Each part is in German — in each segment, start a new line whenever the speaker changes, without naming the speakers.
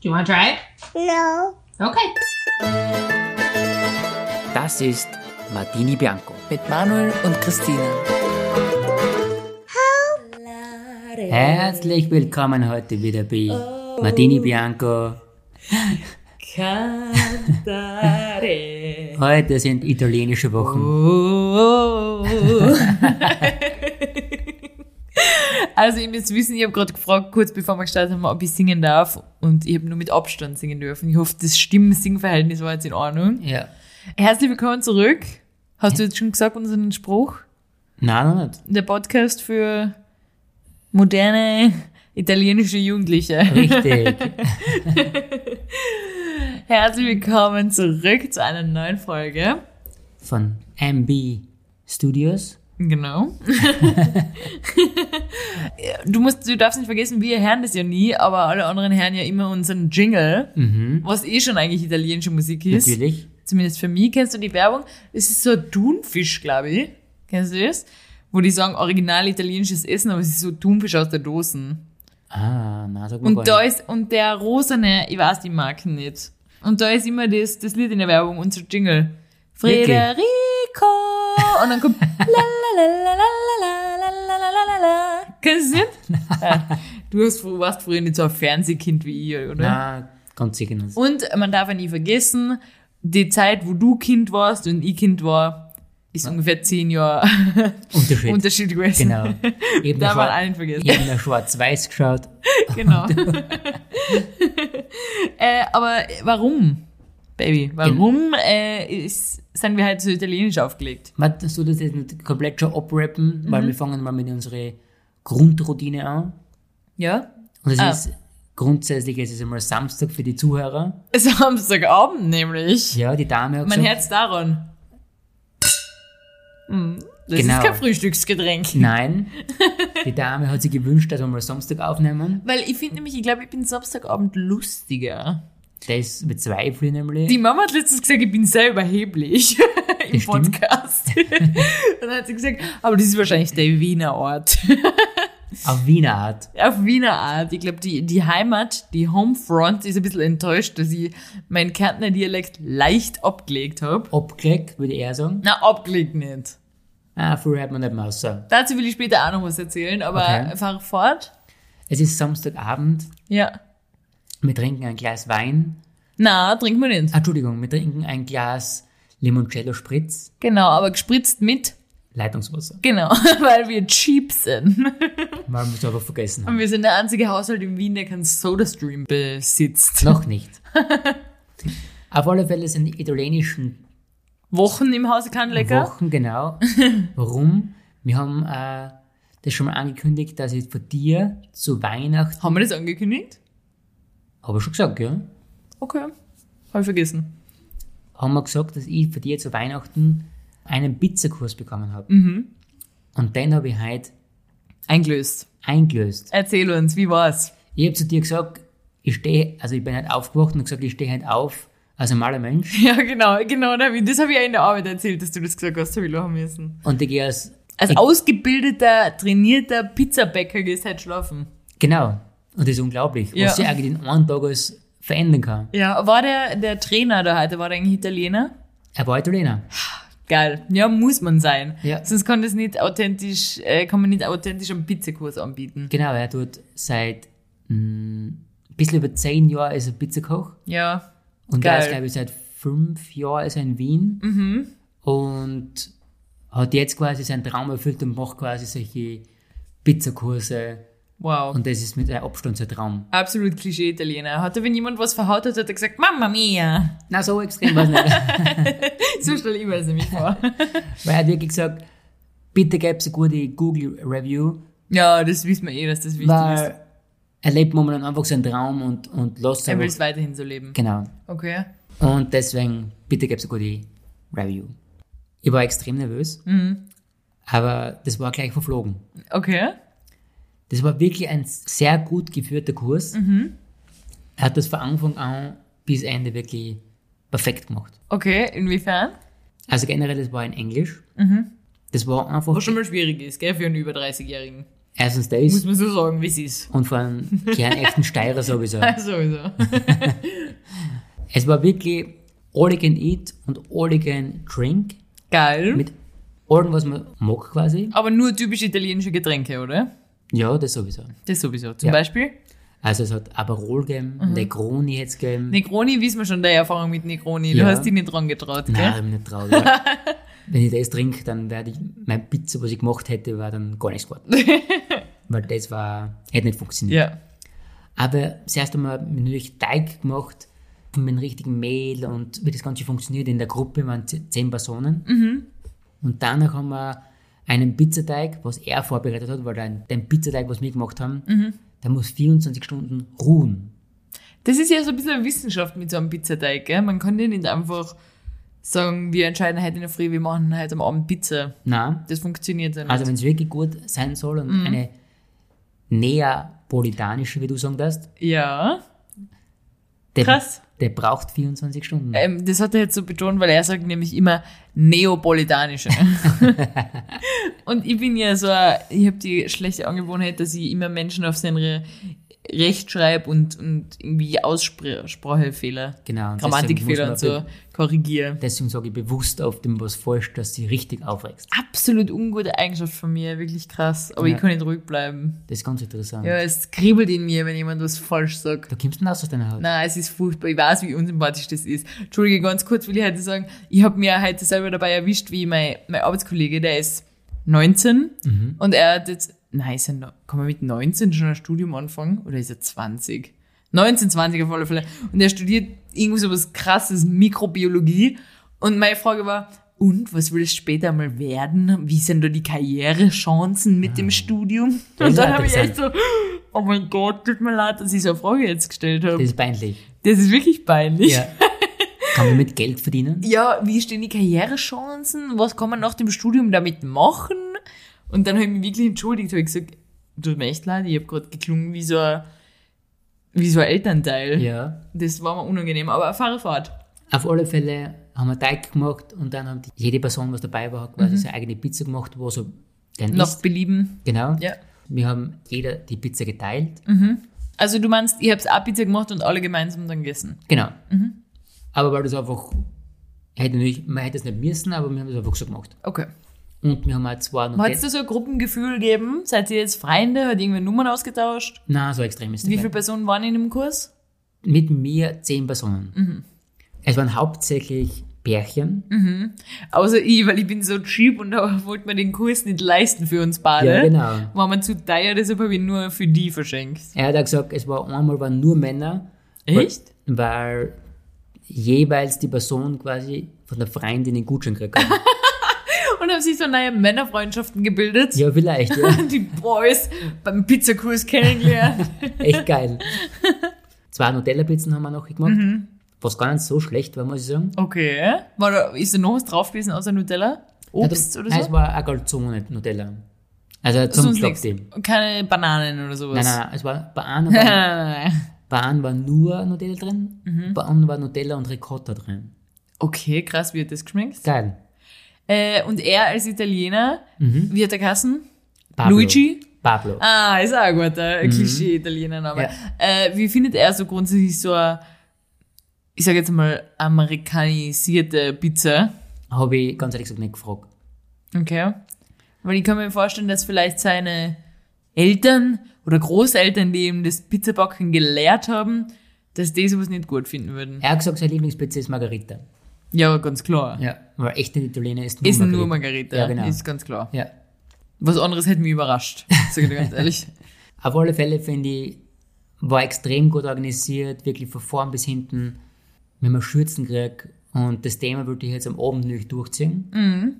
Do you want to try it?
No.
Okay.
Das ist Martini Bianco.
Mit Manuel und Christine.
Herzlich willkommen heute wieder bei Martini Bianco.
Cantare.
Heute sind italienische Wochen.
Oh. Also ihr müsst wissen, ich habe gerade gefragt, kurz bevor wir gestartet haben, ob ich singen darf und ich habe nur mit Abstand singen dürfen. Ich hoffe, das Stimmen-Singen-Verhältnis war jetzt in Ordnung.
Ja.
Herzlich willkommen zurück. Hast du jetzt schon gesagt unseren Spruch?
Nein, nein, nein.
Der Podcast für moderne italienische Jugendliche.
Richtig.
Herzlich willkommen zurück zu einer neuen Folge.
Von MB Studios.
Genau. du musst, du darfst nicht vergessen, wir hören das ja nie, aber alle anderen hören ja immer unseren Jingle, was eh schon eigentlich italienische Musik ist.
Mhm. Natürlich.
Zumindest für mich. Kennst du die Werbung? Es ist so ein Thunfisch, glaube ich. Kennst du das? Wo die sagen, original italienisches Essen, aber es ist so Thunfisch aus der Dosen.
Ah, na, sag mal
Und da
gar nicht.
ist, und der rosane, ich weiß die Marken nicht. Und da ist immer das, das Lied in der Werbung, unser Jingle.
Wirklich?
Frederico! Und dann kommt, la, la, la, la, la, la, la, la, la, la, la, la. Kennst du das nicht? Ja. Du hast, fr- warst früher nicht so ein Fernsehkind wie ich, oder?
Na, ganz sicher nicht.
Und man darf ja nie vergessen, die Zeit, wo du Kind warst und ich Kind war, ist ungefähr zehn Jahre
Unterschied.
Unterschied gewesen.
Genau. Eben
Darf man einen vergessen.
Ich habe nach Schwarz-Weiß geschaut.
Genau. äh, aber warum, Baby? Warum äh, ist, sind wir halt so italienisch aufgelegt?
Man, dass du das jetzt nicht komplett schon abrappen,
Mhm.
weil wir fangen mal mit unserer Grundroutine an.
Ja?
Und es
Ah.
ist grundsätzlich, es ist einmal Samstag für die Zuhörer.
Samstagabend nämlich.
Ja, die Dame hat
Mein
gesagt,
Herz daran. Hm, Das
Genau.
ist kein Frühstücksgetränk.
nein. Die Dame hat sich gewünscht, dass wir mal Samstag aufnehmen.
Weil ich finde nämlich, ich glaube, ich bin Samstagabend lustiger.
Das bezweifle ich nämlich.
Die Mama hat letztens gesagt, ich bin sehr überheblich im
stimmt.
Podcast. Und dann hat sie gesagt, aber das ist wahrscheinlich der Wiener Ort.
Auf Wiener Art.
Auf Wiener Art. Ich glaube, die, die Heimat, die Homefront ist ein bisschen enttäuscht, dass ich meinen Kärntner Dialekt leicht abgelegt habe.
Abgelegt, würde er sagen.
Na, abgelegt nicht.
Ah, früher hat man nicht mehr außer.
Dazu will ich später auch noch was erzählen, aber
Okay.
fahr fort.
Es ist Samstagabend.
Ja.
Wir trinken ein Glas Wein.
Na, trinkt man nicht.
Ah, Entschuldigung, wir trinken ein Glas Limoncello Spritz.
Genau, aber gespritzt mit.
Leitungswasser.
Genau, weil wir cheap sind.
Mal müssen wir aber vergessen haben.
Und wir sind der einzige Haushalt in Wien, der keinen Sodastream besitzt.
Noch nicht. Auf alle Fälle sind die italienischen
Wochen im Hause kann lecker.
Wochen genau. Warum? Wir haben äh, das schon mal angekündigt, dass ich von dir zu Weihnachten.
Haben wir das angekündigt?
Habe ich schon gesagt, ja?
Okay. Habe ich vergessen.
Haben wir gesagt, dass ich von dir zu Weihnachten einen Pizzakurs bekommen habe. Und den habe ich heute
Eingelöst.
eingelöst.
Erzähl uns, wie war's?
Ich habe zu dir gesagt, ich stehe, also ich bin halt aufgewacht und gesagt, ich stehe halt auf als normaler Mensch
Ja, genau, genau. da hab ich- Das habe ich auch in der Arbeit erzählt, dass du das gesagt hast, habe ich lachen müssen.
und ich gehe als
Als ausgebildeter, trainierter Pizzabäcker gehst halt schlafen.
Genau. Und das ist unglaublich,
Ja.
was sich eigentlich in einem Tag alles verändern kann.
Ja, war der, der Trainer da heute, war der eigentlich Italiener?
Er war Italiener.
Geil. Ja, muss man sein.
Ja.
Sonst kann das nicht authentisch, äh, kann man nicht authentisch einen Pizzakurs anbieten.
Genau, er tut seit mh, ein bisschen über zehn Jahren ist er Pizzakoch.
Ja.
Und
Geil. Mhm.
er ist, glaube ich, seit fünf Jahren ist er in Wien. Und hat jetzt quasi seinen Traum erfüllt und macht quasi solche Pizzakurse.
Wow.
Und das ist mit einem Abstand sein Traum.
Absolut Klischee-Italiener. Hatte, wenn jemand was verhaut hat, hat er gesagt, Mamma mia.
Na, so extrem war es nicht.
So stelle ich mir das nämlich vor.
Weil er hat wirklich gesagt, bitte gäbe es eine gute Google-Review,
ja, das wissen wir eh, dass das wichtig ist.
weil er lebt momentan einfach seinen Traum und, und lässt
Er will
einfach
es weiterhin so leben.
Genau.
Okay.
Und deswegen, bitte gib's eine gute Review. Ich war extrem nervös,
Mhm.
aber das war gleich verflogen.
Okay.
Das war wirklich ein sehr gut geführter Kurs.
Mhm.
Er hat das von Anfang an bis Ende wirklich perfekt gemacht.
Okay, inwiefern? Mhm.
Also generell, das war in Englisch. Das war einfach,
Was schon mal schwierig ist, gell, für einen über 30-Jährigen.
Erstens das.
Muss man so sagen, wie es ist.
Und vor einem kleinen echten Steirer sowieso.
Sowieso.
Es war wirklich all you can eat und all you can drink.
Geil.
Mit allem, was man mag quasi.
Aber nur typisch italienische Getränke, oder?
Ja, das sowieso.
Das sowieso. Zum
Ja.
Beispiel
Also es hat Aperol gegeben,
Mhm.
Negroni jetzt gegeben.
Negroni, wissen wir schon, deine Erfahrung mit Negroni. Du
Ja.
hast dich nicht dran getraut, gell?
Nein, ich bin nicht traurig. weil Wenn ich das trinke, dann werde ich, mein Pizza, was ich gemacht hätte, war dann gar nichts geworden. Weil das war, hätte nicht funktioniert.
Ja.
Aber das erste Mal habe ich natürlich Teig gemacht mit dem richtigen Mehl und wie das Ganze funktioniert. In der Gruppe waren ze- zehn Personen.
Mhm.
Und danach haben wir einen Pizzateig, was er vorbereitet hat, weil dann den Pizzateig, was wir gemacht haben,
Mhm.
der muss 24 Stunden ruhen.
Das ist ja so ein bisschen eine Wissenschaft mit so einem Pizzateig, gell? Man kann den nicht einfach sagen, wir entscheiden heute in der Früh, wir machen heute am Abend Pizza.
Na,
Das funktioniert ja nicht.
also wenn es wirklich gut sein soll und
Mhm.
eine neapolitanische, wie du sagen darfst,
ja.
der,
Krass.
der braucht 24 Stunden.
Ähm, das hat er jetzt so betont, weil er sagt nämlich immer Neapolitanische. Und ich bin ja so, ein- ich habe die schlechte Angewohnheit, dass ich immer Menschen auf seine Recht schreibe und, und irgendwie Aussprachefehler,
Genau, und deswegen
Grammatikfehler und
muss man
so korrigiere.
Deswegen sage ich bewusst auf dem was falsch, dass sie richtig aufregst.
Absolut ungute Eigenschaft von mir, wirklich krass. Aber
Ja.
ich kann nicht ruhig bleiben.
Das ist ganz interessant.
Ja, es kribbelt in mir, wenn jemand was falsch sagt.
Da kommst du raus aus deiner Haut.
Na, es ist furchtbar. Ich weiß, wie unsympathisch das ist. Entschuldige, ganz kurz will ich heute sagen, ich habe mir heute selber dabei erwischt, wie mein, mein Arbeitskollege, der ist 19
Mhm.
und er hat jetzt, nein, ist er, no- kann man mit 19 schon ein Studium anfangen oder ist er 20? 19, 20 auf alle Fälle. Und er studiert irgendwie so was krasses Mikrobiologie. Und meine Frage war, und was will es später mal werden? Wie sind da die Karrierechancen mit dem Studium?
Ah. Das
und
ist
dann
auch
habe ich echt so, oh mein Gott, tut mir leid, dass ich so eine Frage jetzt gestellt habe.
Das ist peinlich.
Das ist wirklich peinlich. Ja.
Ja. Kann man mit Geld verdienen?
wie stehen die Karrierechancen? Was kann man nach dem Studium damit machen? Und dann habe ich mich wirklich entschuldigt, habe ich gesagt, tut mir echt leid, ich habe gerade geklungen wie so ein, wie so ein Elternteil.
Ja.
Das war mir unangenehm, aber fahre fort.
Auf alle Fälle haben wir Teig gemacht und dann hat jede Person, was dabei war, hat quasi seine eigene Pizza gemacht, wo so dann
Mhm. Noch
ist.
belieben.
Genau.
Ja.
Wir haben jeder die Pizza geteilt.
Also du meinst, ich habe es auch Pizza gemacht und alle gemeinsam dann gegessen.
Genau.
Mhm.
Aber weil das einfach, hätte natürlich, man hätte es nicht müssen, aber wir haben das einfach so gemacht.
Okay.
Und wir haben auch zwei noch.
Hat es da so ein Gruppengefühl gegeben? Seid ihr jetzt Freunde? Hat irgendwer Nummern ausgetauscht?
Nein, so extrem ist es
Wie
nicht.
viele Personen waren in dem Kurs?
Mit mir zehn Personen.
Mhm.
Es waren hauptsächlich Pärchen.
Außer ich, weil ich bin so cheap und da wollte man den Kurs nicht leisten für uns beide.
Ja, genau.
War man zu teuer, deshalb habe ich nur für die verschenkt.
Er hat auch gesagt, es war einmal waren nur Männer.
Echt?
Weil, weil jeweils die Person quasi von der Freundin den Gutschein gekriegt hat.
Und haben sich so neue Männerfreundschaften gebildet.
ja, vielleicht. Ja.
Die Boys beim Pizzakurs kennengelernt.
Echt geil. Zwei Nutella-Pizzen haben wir noch gemacht.
Mhm.
Was gar nicht so schlecht war, muss ich sagen.
okay. War da, ist da noch was drauf gewesen außer Nutella? Obst
Nein,
oder
Nein,
so?
es war auch Galzone, Nutella. Also zum
Sonst nichts.
Schluck. Nein,
Keine Bananen oder sowas.
nein, nein, es war Bahn, war, Bahn war nur Nutella drin.
Mhm.
Bahn war Nutella und Ricotta drin.
okay, krass, wie hat das geschmeckt?
Geil.
Äh, und er als Italiener,
Mhm.
wie hat er Kassen?
Pablo.
Luigi?
Pablo.
Ah, ist auch ein guter Klischee-Italiener-Name.
Mhm. Ja.
Äh, wie findet er so grundsätzlich so eine, ich sage jetzt mal, amerikanisierte Pizza?
Habe ich ganz ehrlich gesagt nicht gefragt.
Okay. Weil ich kann mir vorstellen, dass vielleicht seine Eltern oder Großeltern, die ihm das Pizzabacken gelehrt haben, dass die sowas nicht gut finden würden.
Er hat gesagt, seine Lieblingspizza ist Margarita.
Ja, ganz klar.
Ja, weil echte Italiener ist nur
Ist
Margherita.
nur Margarita.
Ja, genau.
Ist ganz klar.
Ja.
Was anderes hätte mich überrascht. Sag ich dir ganz ehrlich.
Auf alle Fälle finde ich, war extrem gut organisiert, wirklich von vorn bis hinten, wenn man Schürzen kriegt. Und das Thema würde ich jetzt am Abend natürlich durchziehen,
Mhm.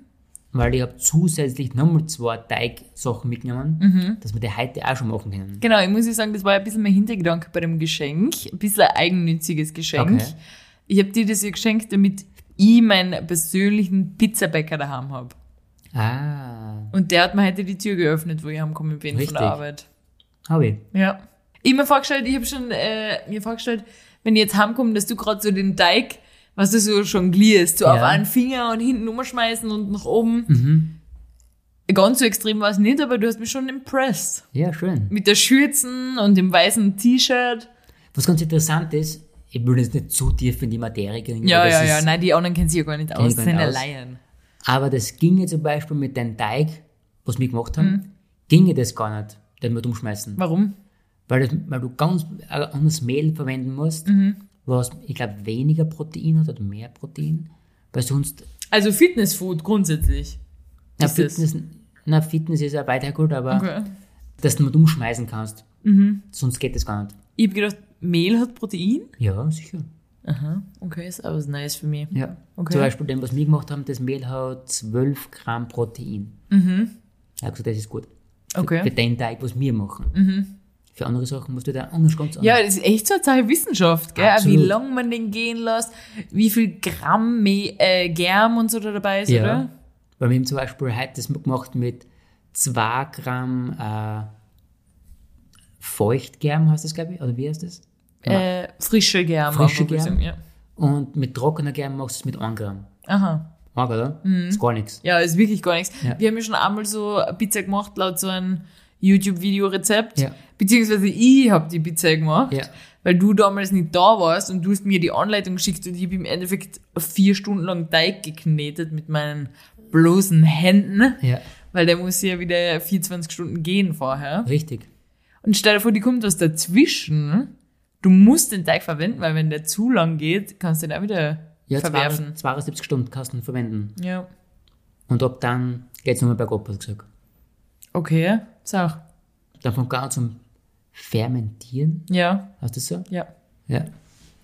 weil ich habe zusätzlich nochmal zwei Teigsachen mitgenommen,
Mhm.
dass wir die heute auch schon machen können.
Genau, ich muss ja sagen, das war ein bisschen mein Hintergedanke bei dem Geschenk. Ein bisschen ein eigennütziges Geschenk.
Okay.
Ich habe dir das ja geschenkt, damit ich meinen persönlichen Pizzabäcker daheim habe.
Ah,
Und der hat mir heute die Tür geöffnet, wo ich heimgekommen bin von
Richtig.
der Arbeit.
habe ich.
Ja. Ich hab mir vorgestellt, ich habe schon äh, mir vorgestellt, wenn ich jetzt heimkomme, dass du gerade so den Teig, was du so jonglierst, so
Ja.
auf einen Finger und hinten umschmeißen und nach oben.
Mhm.
Ganz so extrem war es nicht, aber du hast mich schon impressed.
Ja, schön.
Mit der Schürzen und dem weißen T-Shirt.
Was ganz interessant ist, ich will jetzt nicht zu tief in die Materie gehen.
Ja,
aber das
ja, ja.
ist-
Nein, die anderen kennen sich ja gar nicht aus.
gar
Das
nicht
sind ja
aus.
Laien.
Aber das ginge zum Beispiel mit dem Teig, was wir gemacht haben,
Mhm.
ginge das gar nicht, den wir umschmeißen.
Warum?
Weil, das, weil du ganz ein anderes Mehl verwenden musst,
Mhm.
was, ich glaube, weniger Protein hat oder mehr Protein. Weil sonst,
Also Fitnessfood grundsätzlich.
na,
Ist das-
Fitness, na, Fitness ist ja weiter gut, aber
Okay. Mhm.
dass du nicht umschmeißen kannst. Sonst geht das gar nicht.
Ich habe gedacht, Mehl hat Protein.
Ja, sicher.
Aha, okay, ist aber nice für mich.
Ja.
Okay.
Zum Beispiel dem, was wir gemacht haben, das Mehl hat 12 Gramm Protein. Mhm. Also das ist gut. Für
Okay. Mhm.
den Teig, was wir machen. Für andere Sachen musst du da anders ganz anders.
Ja, das ist echt so eine Sache Wissenschaft, gell? Auch Wie
Absolut.
lange man den gehen lässt, wie viel Gramm Mehl, äh, Germ und so da dabei ist,
Ja.
oder?
Weil wir haben zum Beispiel heute das gemacht mit 2 Gramm äh, Feuchtgerm, heißt das, glaube ich, oder wie heißt das?
Äh, frische Germ.
Frische
auch noch ein bisschen, Ja.
Germ. Und mit trockener Germ machst du es mit 1 Gramm.
Aha.
Mag, oder?
Mhm.
Ist gar nichts.
Ja, ist wirklich gar nichts.
Ja.
Wir haben ja schon einmal so eine Pizza gemacht, laut so einem YouTube-Video-Rezept.
Ja.
Beziehungsweise ich habe die Pizza gemacht,
Ja.
weil du damals nicht da warst und du hast mir die Anleitung geschickt und ich habe im Endeffekt vier Stunden lang Teig geknetet mit meinen bloßen Händen,
Ja,
weil der muss ja wieder 24 Stunden gehen vorher.
richtig.
Und stell dir vor, die kommt was dazwischen. Du musst den Teig verwenden, weil wenn der zu lang geht, kannst du den auch wieder
Ja,
verwerfen.
72 72 Stunden kannst du ihn verwenden.
Ja.
Und ab dann geht es nochmal bergab, hat er gesagt.
Okay, sag.
Dann fängt gar an zum Fermentieren.
Ja,
Hast du das so?
ja,
Ja.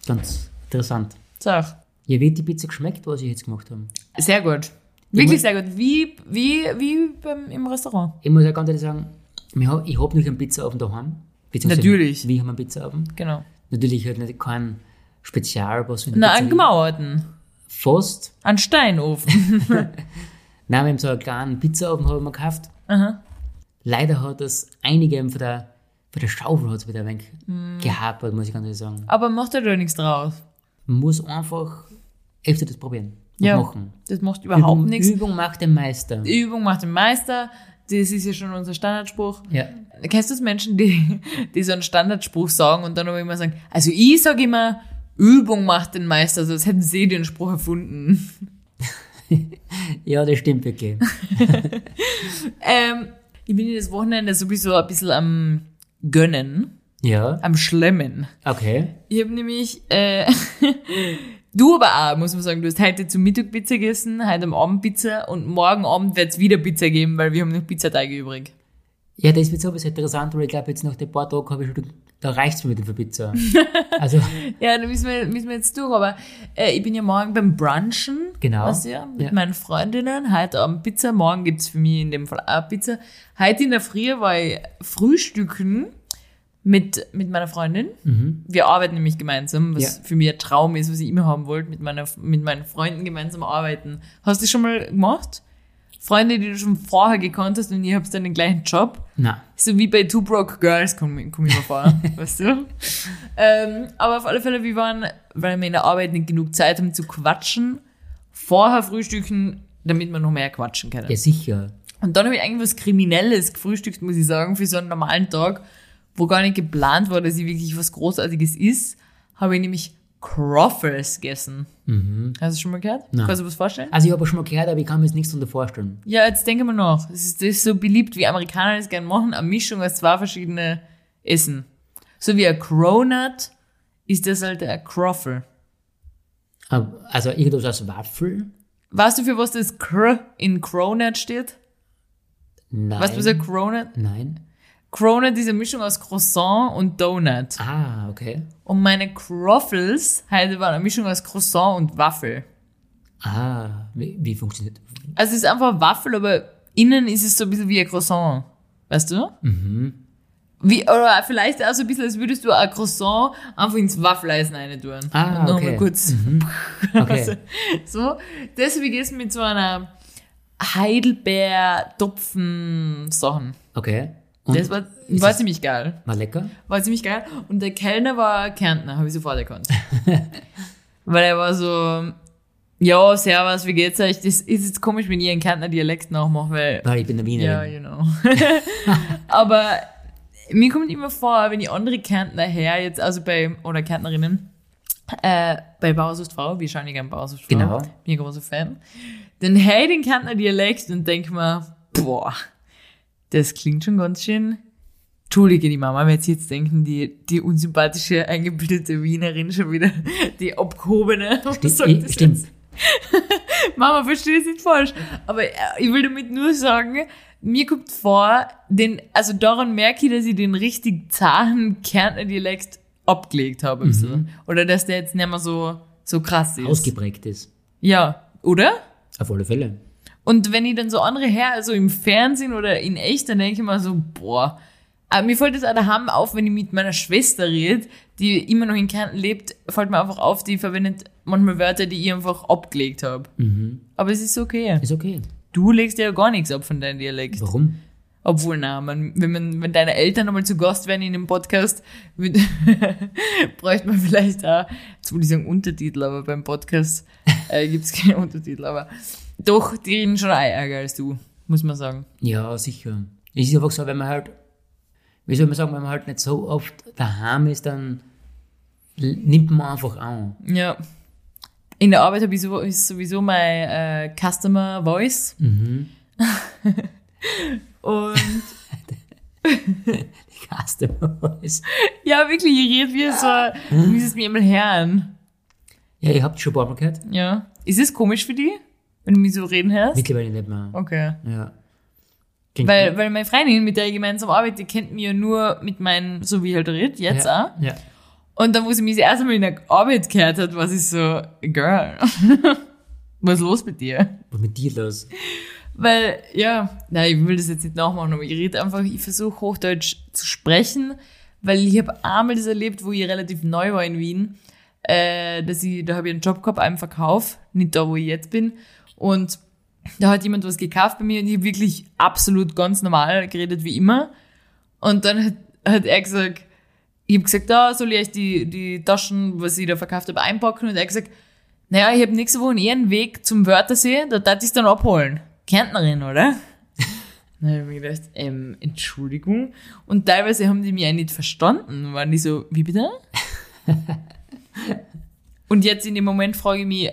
Ganz interessant.
sag.
Ja, wie hat die Pizza geschmeckt, was ich jetzt gemacht habe?
Sehr gut. Wirklich sehr gut. Wie, wie, wie beim, im Restaurant.
Ich muss ja ganz ehrlich sagen, mir hab- ich habe nicht einen Pizzaofen daheim. Beziehungsweise
Natürlich.
Wir haben einen Pizzaofen.
Genau. Natürlich.
Natürlich halt nicht kein Spezial, was für eine
Na,
Pizza-
einen gemauerten.
Fast.
Einen Steinofen.
Nein, wir haben so einen kleinen Pizzaofen haben wir gekauft.
Aha.
Leider hat das einige von der, von der Schaufel hat es wieder ein wenig
Mm.
gehapert, muss ich ganz ehrlich sagen.
Aber macht er da nichts draus.
Man muss einfach öfter das probieren und
Ja.
machen.
Das macht überhaupt
Übung,
nichts.
Übung macht den Meister.
Übung macht den Meister. Das ist ja schon unser Standardspruch.
Ja.
Kennst du das Menschen, die, die so einen Standardspruch sagen und dann aber immer sagen, also ich sage immer, Übung macht den Meister. Also als hätten sie den Spruch erfunden.
ja, das stimmt wirklich.
Ähm, ich bin das Wochenende sowieso ein bisschen am Gönnen,
ja,
am Schlemmen.
okay.
Ich habe nämlich, äh, du aber auch, muss man sagen, du hast heute zum Mittag Pizza gegessen, heute am Abend Pizza und morgen Abend wird's wieder Pizza geben, weil wir haben noch Pizzateige übrig.
Ja, das wird sowieso interessant, weil ich glaube, jetzt nach den paar Tagen habe ich schon, da reicht es mir mit der Pizza. Also,
Ja, da müssen wir, müssen wir jetzt durch, aber äh, ich bin ja morgen beim Brunchen,
Genau.
weißt du ja, mit
Ja.
meinen Freundinnen, heute Abend Pizza, morgen gibt's für mich in dem Fall auch Pizza. Heute in der Früh war ich frühstücken mit, mit meiner Freundin. Wir arbeiten nämlich gemeinsam, was
Mhm. Ja.
für mich ein Traum ist, was ich immer haben wollte, mit, meiner, mit meinen Freunden gemeinsam arbeiten. Hast du das schon mal gemacht? Freunde, die du schon vorher gekannt hast und ihr habt dann den gleichen Job?
na,
So wie bei Two Broke Girls komme komm ich mir vor, weißt du? Ähm, aber auf alle Fälle, wir waren, weil wir in der Arbeit nicht genug Zeit haben zu quatschen, vorher frühstücken, damit wir noch mehr quatschen können.
ja sicher.
Und dann habe ich eigentlich was Kriminelles gefrühstückt, muss ich sagen, für so einen normalen Tag, wo gar nicht geplant war, dass ich wirklich was Großartiges ist, habe ich nämlich Croffles gegessen. Hast du schon mal gehört?
Nein.
Kannst du dir was vorstellen?
Also ich habe schon mal gehört, aber ich kann mir jetzt nichts darunter vorstellen.
Ja, jetzt denke mal nach. Das ist, das ist so beliebt, wie Amerikaner das gerne machen, eine Mischung aus zwei verschiedenen Essen. So wie ein Cronut ist das halt ein Croffle.
Aber- Also irgendwas aus Waffel?
Weißt du, für was das Cr in Cronut steht?
Nein.
Weißt du, was ein Cronut?
Nein.
Cronut ist eine Mischung aus Croissant und Donut.
Ah, okay.
Und meine Croffles heute waren eine Mischung aus Croissant und Waffel.
Ah, wie, wie funktioniert
Also es ist einfach Waffel, aber innen ist es so ein bisschen wie ein Croissant. Weißt du? Mhm. Wie, oder vielleicht auch so ein bisschen, als würdest du ein Croissant einfach ins Waffeleisen rein tun.
Ah,
Und nochmal
okay. Mhm.
kurz. Also,
Okay.
So, das habe ich gegessen mit so einer Heidelbeer-Topfen-Sachen.
Okay.
Das
Und
war, war ziemlich geil.
war lecker?
War ziemlich geil. Und der Kellner war Kärntner, habe ich sofort erkannt. Weil er war so, Ja, servus, wie geht's euch? Das ist jetzt komisch, wenn ich einen Kärntner Dialekt nachmache, weil.
Weil ich bin der
Ja,
Wienerin.
you know. Aber mir kommt immer vor, wenn ich andere Kärntner her jetzt, also bei, oder Kärntnerinnen, äh, bei Bauersucht Frau, wir schauen ja gerne Bauersucht Frau,
Genau.
bin ein großer Fan, dann höre ich den Kärntner Dialekt und denk mir, boah, das klingt schon ganz schön. Entschuldige die Mama, wenn sie jetzt denken, die, die unsympathische, eingebildete Wienerin schon wieder, die abgehobene. was
Stimmt,
sagt das
ich, stimmt.
jetzt? Mama, verstehe es nicht falsch. Aber äh, ich will damit nur sagen, mir kommt vor, den, also daran merke ich, dass ich den richtig zahen Kärntner Dialekt abgelegt habe. ein bisschen. Oder dass der jetzt nicht mehr so, so krass ist.
Ausgeprägt ist.
Ja, oder?
Auf alle Fälle.
Und wenn ich dann so andere her, also im Fernsehen oder in echt, dann denke ich immer so, boah. Aber mir fällt das auch daheim auf, wenn ich mit meiner Schwester rede, die immer noch in Kärnten lebt, fällt mir einfach auf, die verwendet manchmal Wörter, die ich einfach abgelegt habe.
Mhm.
Aber es ist okay.
Ist okay.
Du legst ja gar nichts ab von deinem Dialekt.
Warum?
Obwohl, na, man, wenn, man, wenn deine Eltern nochmal zu Gast wären in dem Podcast, würd- bräuchte man vielleicht auch, jetzt würde ich sagen Untertitel, aber beim Podcast äh, gibt's keine Untertitel. Aber doch, die reden schon auch ärger als du, muss man sagen.
Ja, sicher. Es ist einfach so, wenn man halt, wie soll man sagen, wenn man halt nicht so oft daheim ist, dann l- nimmt man einfach an.
Ja. In der Arbeit habe ich so, ist sowieso mein äh, Customer Voice
Mhm.
und
Customer Voice.
ja, wirklich, ich rede wie so, wie es mir immer Herren.
Ja, ihr habt schon ein paar Mal gehört.
Ja. Ist es komisch für dich, wenn du mich so reden hörst?
Mittlerweile nicht mehr.
Okay.
Ja. Klingt
Weil, weil meine Freundin, mit der ich gemeinsam arbeite, die kennt mich ja nur mit meinen, so wie ich halt rede, jetzt
ja, ja.
auch. Und dann, wo sie mich das erste Mal in der Arbeit gehört hat, war sie so, Girl, was ist los mit dir?
Was mit dir los?
Weil, ja, nein, ich will das jetzt nicht nachmachen, aber ich rede einfach, ich versuche Hochdeutsch zu sprechen, weil ich habe einmal das erlebt, wo ich relativ neu war in Wien, äh, dass ich, da habe ich einen Job gehabt, einen Verkauf, nicht da, wo ich jetzt bin. Und da hat jemand was gekauft bei mir und ich habe wirklich absolut ganz normal geredet wie immer. Und dann hat, hat er gesagt, ich habe gesagt, da soll ich euch die, die Taschen, was ich da verkauft habe, einpacken. Und er hat gesagt, naja, ich habe nächste Woche eh einen Weg zum Wörthersee, da darf ich dann abholen. Kärntnerin, oder? Dann habe ich mir gedacht, ähm, Entschuldigung. Und teilweise haben die mich auch nicht verstanden. Waren die so, wie bitte? und jetzt in dem Moment frage ich mich,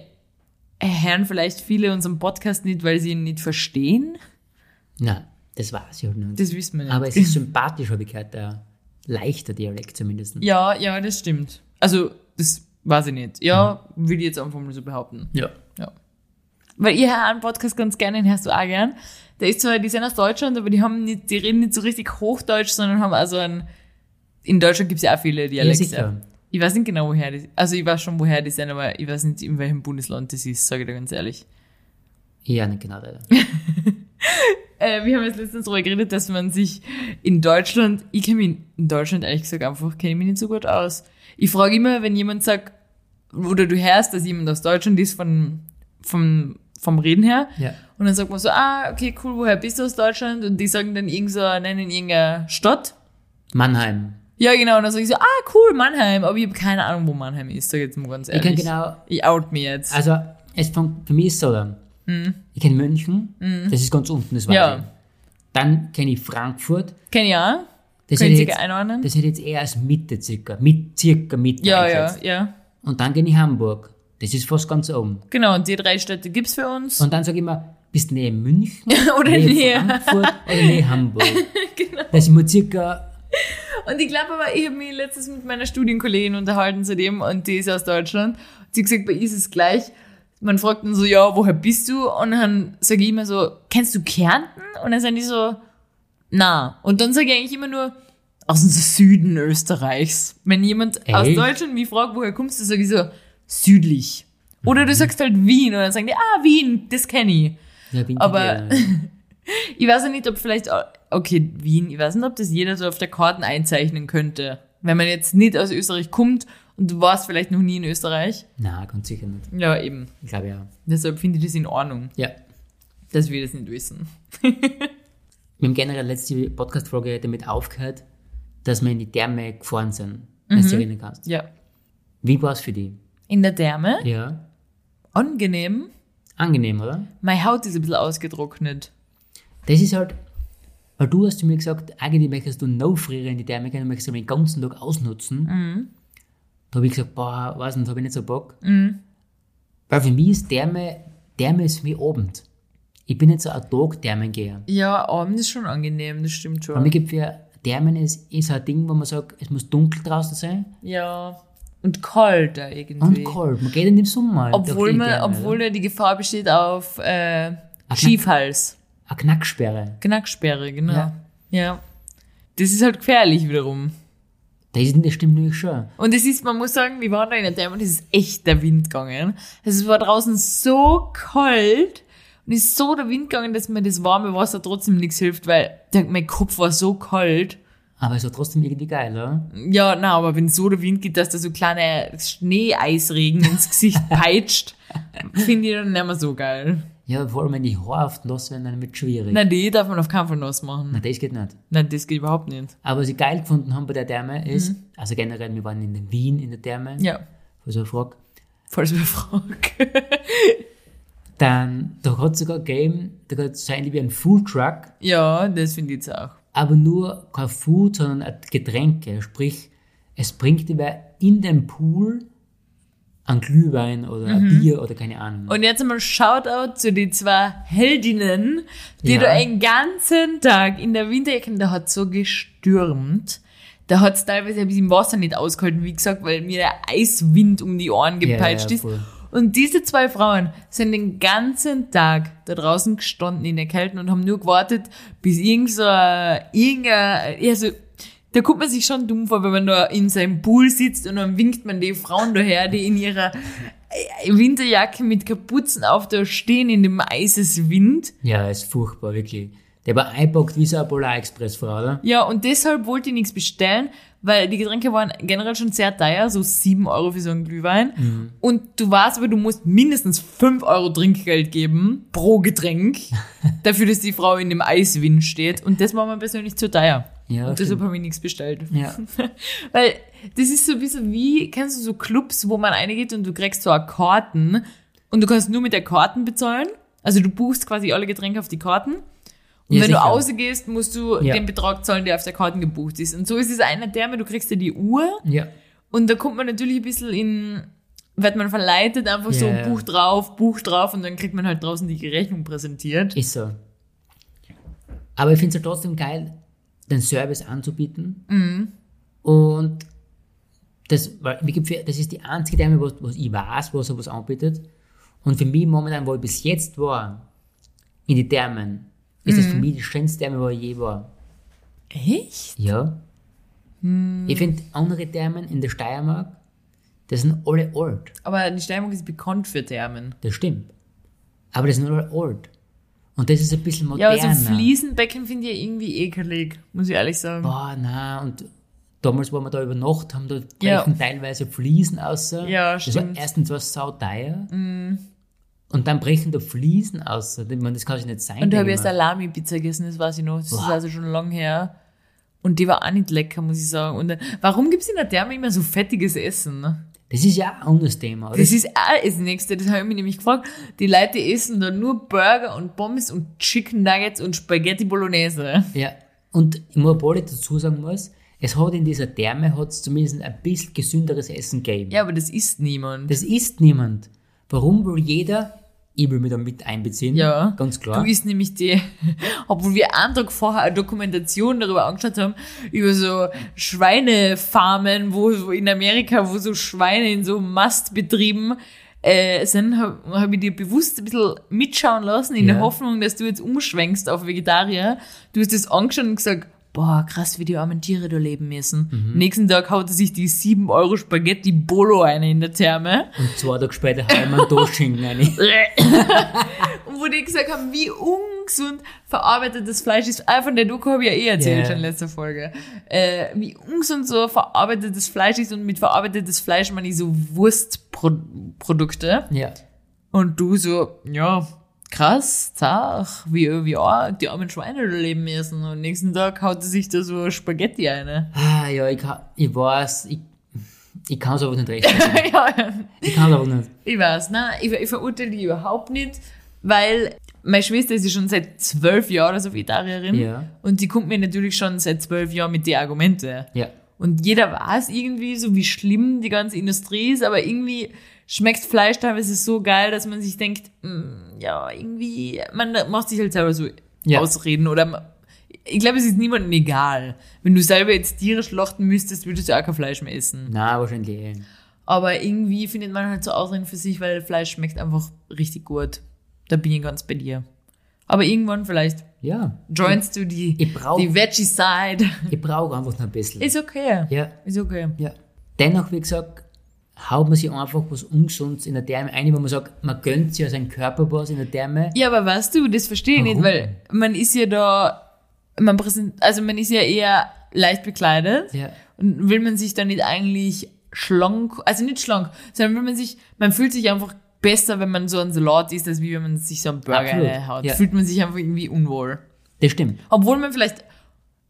hören vielleicht viele unseren Podcast nicht, weil sie ihn nicht verstehen?
Nein, das war's ja nicht.
Das wissen wir nicht.
Aber es ist sympathisch, habe ich gehört, der leichter Dialekt zumindest.
ja, ja, das stimmt. Also, das weiß ich nicht. Ja, würde ich jetzt einfach mal so behaupten.
Ja.
Weil ich höre einen Podcast ganz gerne, den hörst du auch gern. Der ist zwar, die sind aus Deutschland, aber die haben nicht, die reden nicht so richtig Hochdeutsch, sondern haben also einen, in Deutschland gibt's ja auch viele
Ja,
Dialekte.
sicher.
ich weiß nicht genau, woher die, also ich weiß schon, woher die sind, aber ich weiß nicht, in welchem Bundesland das ist, sage ich dir ganz ehrlich.
Ja, nicht genau. leider.
Äh, wir haben jetzt letztens darüber geredet, dass man sich in Deutschland, ich kenne mich in Deutschland ehrlich gesagt einfach, kenne ich mich nicht so gut aus. Ich frage immer, wenn jemand sagt, oder du hörst, dass jemand aus Deutschland ist, von, vom, vom Reden her,
Ja.
und dann sagt man so, ah, okay, cool, woher bist du aus Deutschland? Und die sagen dann irgend so, nennen irgendeine Stadt.
Mannheim.
Ja, genau, und dann sage ich so, ah, cool, Mannheim, aber ich habe keine Ahnung, wo Mannheim ist, sag ich jetzt mal ganz
Ich
ehrlich.
kann genau,
ich out mir jetzt. Mhm.
also es fängt, für mich ist es so, dann. ich kenne München, das ist ganz unten, das weiß
Ja.
ich. Dann kenne ich Frankfurt,
Kenn ich auch?
das hätte,
Können
ich
Sie
jetzt,
einordnen?
das hätte ich jetzt eher als Mitte circa, mit, circa Mitte
Ja, ja,
eingeschätzt.
ja.
Und dann kenne ich Hamburg, das ist fast ganz oben.
Genau, und die drei Städte gibt's für uns.
Und dann sage ich immer, bist du näher München,
Oder
näher
näher.
Frankfurt oder näher Hamburg. genau. Das ist immer circa,
Und ich glaube aber, ich habe mich letztens mit meiner Studienkollegin unterhalten zu dem und die ist aus Deutschland. Sie hat gesagt, bei ihr ist es gleich. Man fragt dann so, ja, woher bist du? Und dann sage ich immer so, kennst du Kärnten? Und dann sind die so, na. Und dann sage ich eigentlich immer nur, aus dem Süden Österreichs. Wenn jemand aus
Echt?
Deutschland mich fragt, woher kommst du, sage ich so, südlich. Oder du sagst halt Wien und dann sagen die, ah, Wien, das kenne ich.
ja, bin ich
Aber-
der-
Ich weiß ja nicht, ob vielleicht, okay, Wien, ich weiß nicht, ob das jeder so auf der Karte einzeichnen könnte. Wenn man jetzt nicht aus Österreich kommt und du warst vielleicht noch nie in Österreich.
Nein, ganz sicher nicht.
Ja, eben.
Ich glaube ja.
Deshalb finde ich das in Ordnung,
Ja.
dass wir das nicht wissen.
Wir haben generell letzte Podcast-Folge damit aufgehört, dass wir in die Therme gefahren
Mhm.
sind, wenn du dich erinnern kannst.
Ja.
Wie war es für dich?
In der Therme?
Ja.
angenehm.
Angenehm, oder?
Meine Haut ist ein bisschen ausgetrocknet.
Das ist halt, weil du hast zu mir gesagt, eigentlich möchtest du no frieren, die Thermik, du möchtest den ganzen Tag ausnutzen.
Mhm.
Da habe ich gesagt, boah, weiß nicht, habe ich nicht so Bock.
Mhm.
Weil für mich ist Therme, Therme ist für mich Abend. Ich bin nicht so ein Tag-Thermengeher.
Ja, Abend ist schon angenehm, das stimmt
Bei mir
schon.
gibt es Thermen ist, ist ein Ding, wo man sagt, es muss dunkel draußen sein
Ja. Und kalter
und
irgendwie.
kalt. Man geht in den Sommer. halt. in die
Obwohl, man,
Therme,
obwohl
oder?
ja die Gefahr besteht auf äh,
Ach,
Schiefhals.
Eine Knacksperre.
Knacksperre, genau.
Ja.
Ja. Das ist halt gefährlich wiederum.
Das, ist, das stimmt nämlich schon.
Und es ist, man muss sagen, wir waren da in der Therme und es ist echt der Wind gegangen. Also es war draußen so kalt und es ist so der Wind gegangen, dass mir das warme Wasser trotzdem nichts hilft, weil der, mein Kopf war so kalt.
Aber es war trotzdem irgendwie geil, oder?
Ja, na, aber wenn so der Wind geht, dass da so kleine Schneeeisregen ins Gesicht peitscht, finde ich dann nicht mehr so geil.
Ja, vor allem wenn die Haare oft nass werden, dann wird es schwierig.
Na, die darf man auf keinen Fall nass machen.
Nein, das geht nicht.
Nein, das geht überhaupt nicht.
Aber was ich geil gefunden habe bei der Therme ist, also generell, wir waren in Wien in der Therme,
Mhm. Ja,
also frag,
falls wir fragen.
dann, da hat es sogar gegeben, da hat es so ähnlich wie einen Foodtruck,
ja, das finde ich jetzt auch.
aber nur kein Food, sondern ein Getränke. Sprich, es bringt dir in den Pool ein Glühwein oder ein Bier oder keine Ahnung.
Mhm. Und jetzt einmal Shoutout zu den zwei Heldinnen, die
Ja.
da einen ganzen Tag in der Winterjacke, da hat so gestürmt. Da hat es teilweise ein bisschen Wasser nicht ausgehalten, wie gesagt, weil mir der Eiswind um die Ohren
Ja, ja,
gepeitscht ist.
voll.
Und diese zwei Frauen sind den ganzen Tag da draußen gestanden in der Kälte und haben nur gewartet, bis irgend so ein- irgendein, also, da guckt man sich schon dumm vor, wenn man da in seinem Pool sitzt und dann winkt man die Frauen daher, die in ihrer Winterjacke mit Kapuzen auf da stehen in dem Eiseswind.
Ja, ist furchtbar, wirklich. Der war eingepackt wie so eine Polar Express, Frau, oder?
Ja, und deshalb wollte ich nichts bestellen, weil die Getränke waren generell schon sehr teuer, so 7 Euro für so einen Glühwein.
Mhm.
Und du weißt aber, du musst mindestens 5 Euro Trinkgeld geben pro Getränk, dafür, dass die Frau in dem Eiswind steht. Und das war mir persönlich zu teuer.
Ja,
und deshalb habe ich nichts bestellt.
Ja.
Weil das ist so ein bisschen wie, kennst du so Clubs, wo man reingeht und du kriegst so eine Karten und du kannst nur mit der Karten bezahlen. Also du buchst quasi alle Getränke auf die Karten. Und
Ja,
wenn
sicher.
du ausgehst, musst du
Ja.
den Betrag zahlen, der auf der Karten gebucht ist. Und so ist es einer Therme, du kriegst ja die Uhr
ja.
und da kommt man natürlich ein bisschen in, wird man verleitet, einfach
Ja.
so Buch drauf, Buch drauf und dann kriegt man halt draußen die Rechnung präsentiert.
Ist so. Aber ich finde es halt trotzdem geil, den Service anzubieten. Und das, weil, wie gesagt, das ist die einzige Dame, was, was ich weiß, was sowas anbietet. Und für mich momentan, wo ich bis jetzt war, in die Thermen, ist das für mich die schönste Therme, wo ich je war.
Echt?
Ja. Ich finde andere Thermen in der Steiermark, das sind alle alt.
Aber die Steiermark ist bekannt für Thermen.
Das stimmt. Aber das sind alle alt. Und das ist ein bisschen
Ja, also
moderner.
aber so Fliesenbecken finde ich irgendwie ekelig, muss ich ehrlich sagen.
Boah, na und damals, wo wir da über Nacht haben, da brechen
Ja.
teilweise Fliesen aus.
Ja,
das
stimmt. Mhm.
War, erstens war es sauteuer. Und dann brechen da Fliesen aus. Ich meine, das kann sich nicht sein.
Und da habe
denke
ich eine
mir.
Salami-Pizza gegessen, das weiß ich noch. Das ist
Boah.
also schon lang her. Und die war auch nicht lecker, muss ich sagen. Und dann, warum gibt es in der Therme immer so fettiges Essen? ne?
das ist ja auch ein anderes Thema. Oder?
Das ist auch das Nächste, das habe ich mich nämlich gefragt. Die Leute essen da nur Burger und Pommes und Chicken Nuggets und Spaghetti Bolognese.
ja. Und ich muss obwohl ich dazu sagen muss, es hat in dieser Therme hat's zumindest ein bisschen gesünderes Essen gegeben.
Ja, aber das isst niemand.
Das isst niemand. Warum will jeder, ich will mich da mit einbeziehen,
Ja.
ganz klar.
Du isst nämlich die, obwohl wir einen Tag vorher eine Dokumentation darüber angeschaut haben, über so Schweinefarmen, wo, wo in Amerika, wo so Schweine in so Mastbetrieben äh, sind, habe hab ich dir bewusst ein bisschen mitschauen lassen, in
Ja.
der Hoffnung, dass du jetzt umschwenkst auf Vegetarier. Du hast das angeschaut und gesagt, boah, krass, wie die armen Tiere da leben müssen.
Mhm.
Nächsten Tag haut er sich die 7 Euro Spaghetti Bolo eine in der Therme.
Und zwei Tage später haben wir einen Doschinken rein.
Und wo die gesagt haben, wie ungesund verarbeitetes Fleisch ist. Ah, von der Doku habe ich ja eh erzählt
Ja.
schon in letzter Folge. Äh, wie ungesund so verarbeitetes Fleisch ist und mit verarbeitetes Fleisch meine ich so Wurstprodukte.
Ja.
Und du so, ja, krass, zach, wie, wie arg die armen Schweine da leben müssen. Und nächsten Tag haut sie sich da so Spaghetti eine.
Ah, ja, ich, ha- ich weiß, ich, Ich kann es aber nicht rechtfertigen.
ja, ja.
Ich kann es aber nicht.
Ich weiß, nein, ich, ich verurteile die überhaupt nicht, weil meine Schwester ist ja schon seit zwölf Jahren so Vegetarierin
Ja.
und die kommt mir natürlich schon seit zwölf Jahren mit den Argumenten.
Ja.
Und jeder weiß irgendwie so, wie schlimm die ganze Industrie ist, aber irgendwie schmeckt Fleisch teilweise so geil, dass man sich denkt, mm, ja, irgendwie, man macht sich halt selber so
Ja.
Ausreden oder ma- ich glaube, es ist niemandem egal. Wenn du selber jetzt Tiere schlachten müsstest, würdest du auch kein Fleisch mehr essen.
Nein, wahrscheinlich eh.
Aber irgendwie findet man halt so Ausreden für sich, weil Fleisch schmeckt einfach richtig gut. Da bin ich ganz bei dir. Aber irgendwann vielleicht
Ja.
joinst du die,
Ich brauch-
die Veggie-Side.
Ich brauche einfach noch ein bisschen.
Ist okay.
ja.
Ist okay.
Ja. Dennoch, wie gesagt, haut man sich einfach was Ungesundes in der Therme ein, wo man sagt, man gönnt sich ja seinen Körper was in der Therme.
Ja, aber weißt du, das verstehe ich nicht,
Warum?
weil man ist ja da, man präsent, also man ist ja eher leicht bekleidet.
Ja.
Und will man sich dann nicht eigentlich schlank, also nicht schlank, sondern will man sich, man fühlt sich einfach besser, wenn man so einen Salat isst, als wie wenn man sich so einen Burger
Absolut,
reinhaut.
ja.
Fühlt man sich einfach irgendwie unwohl.
Das stimmt.
Obwohl man vielleicht,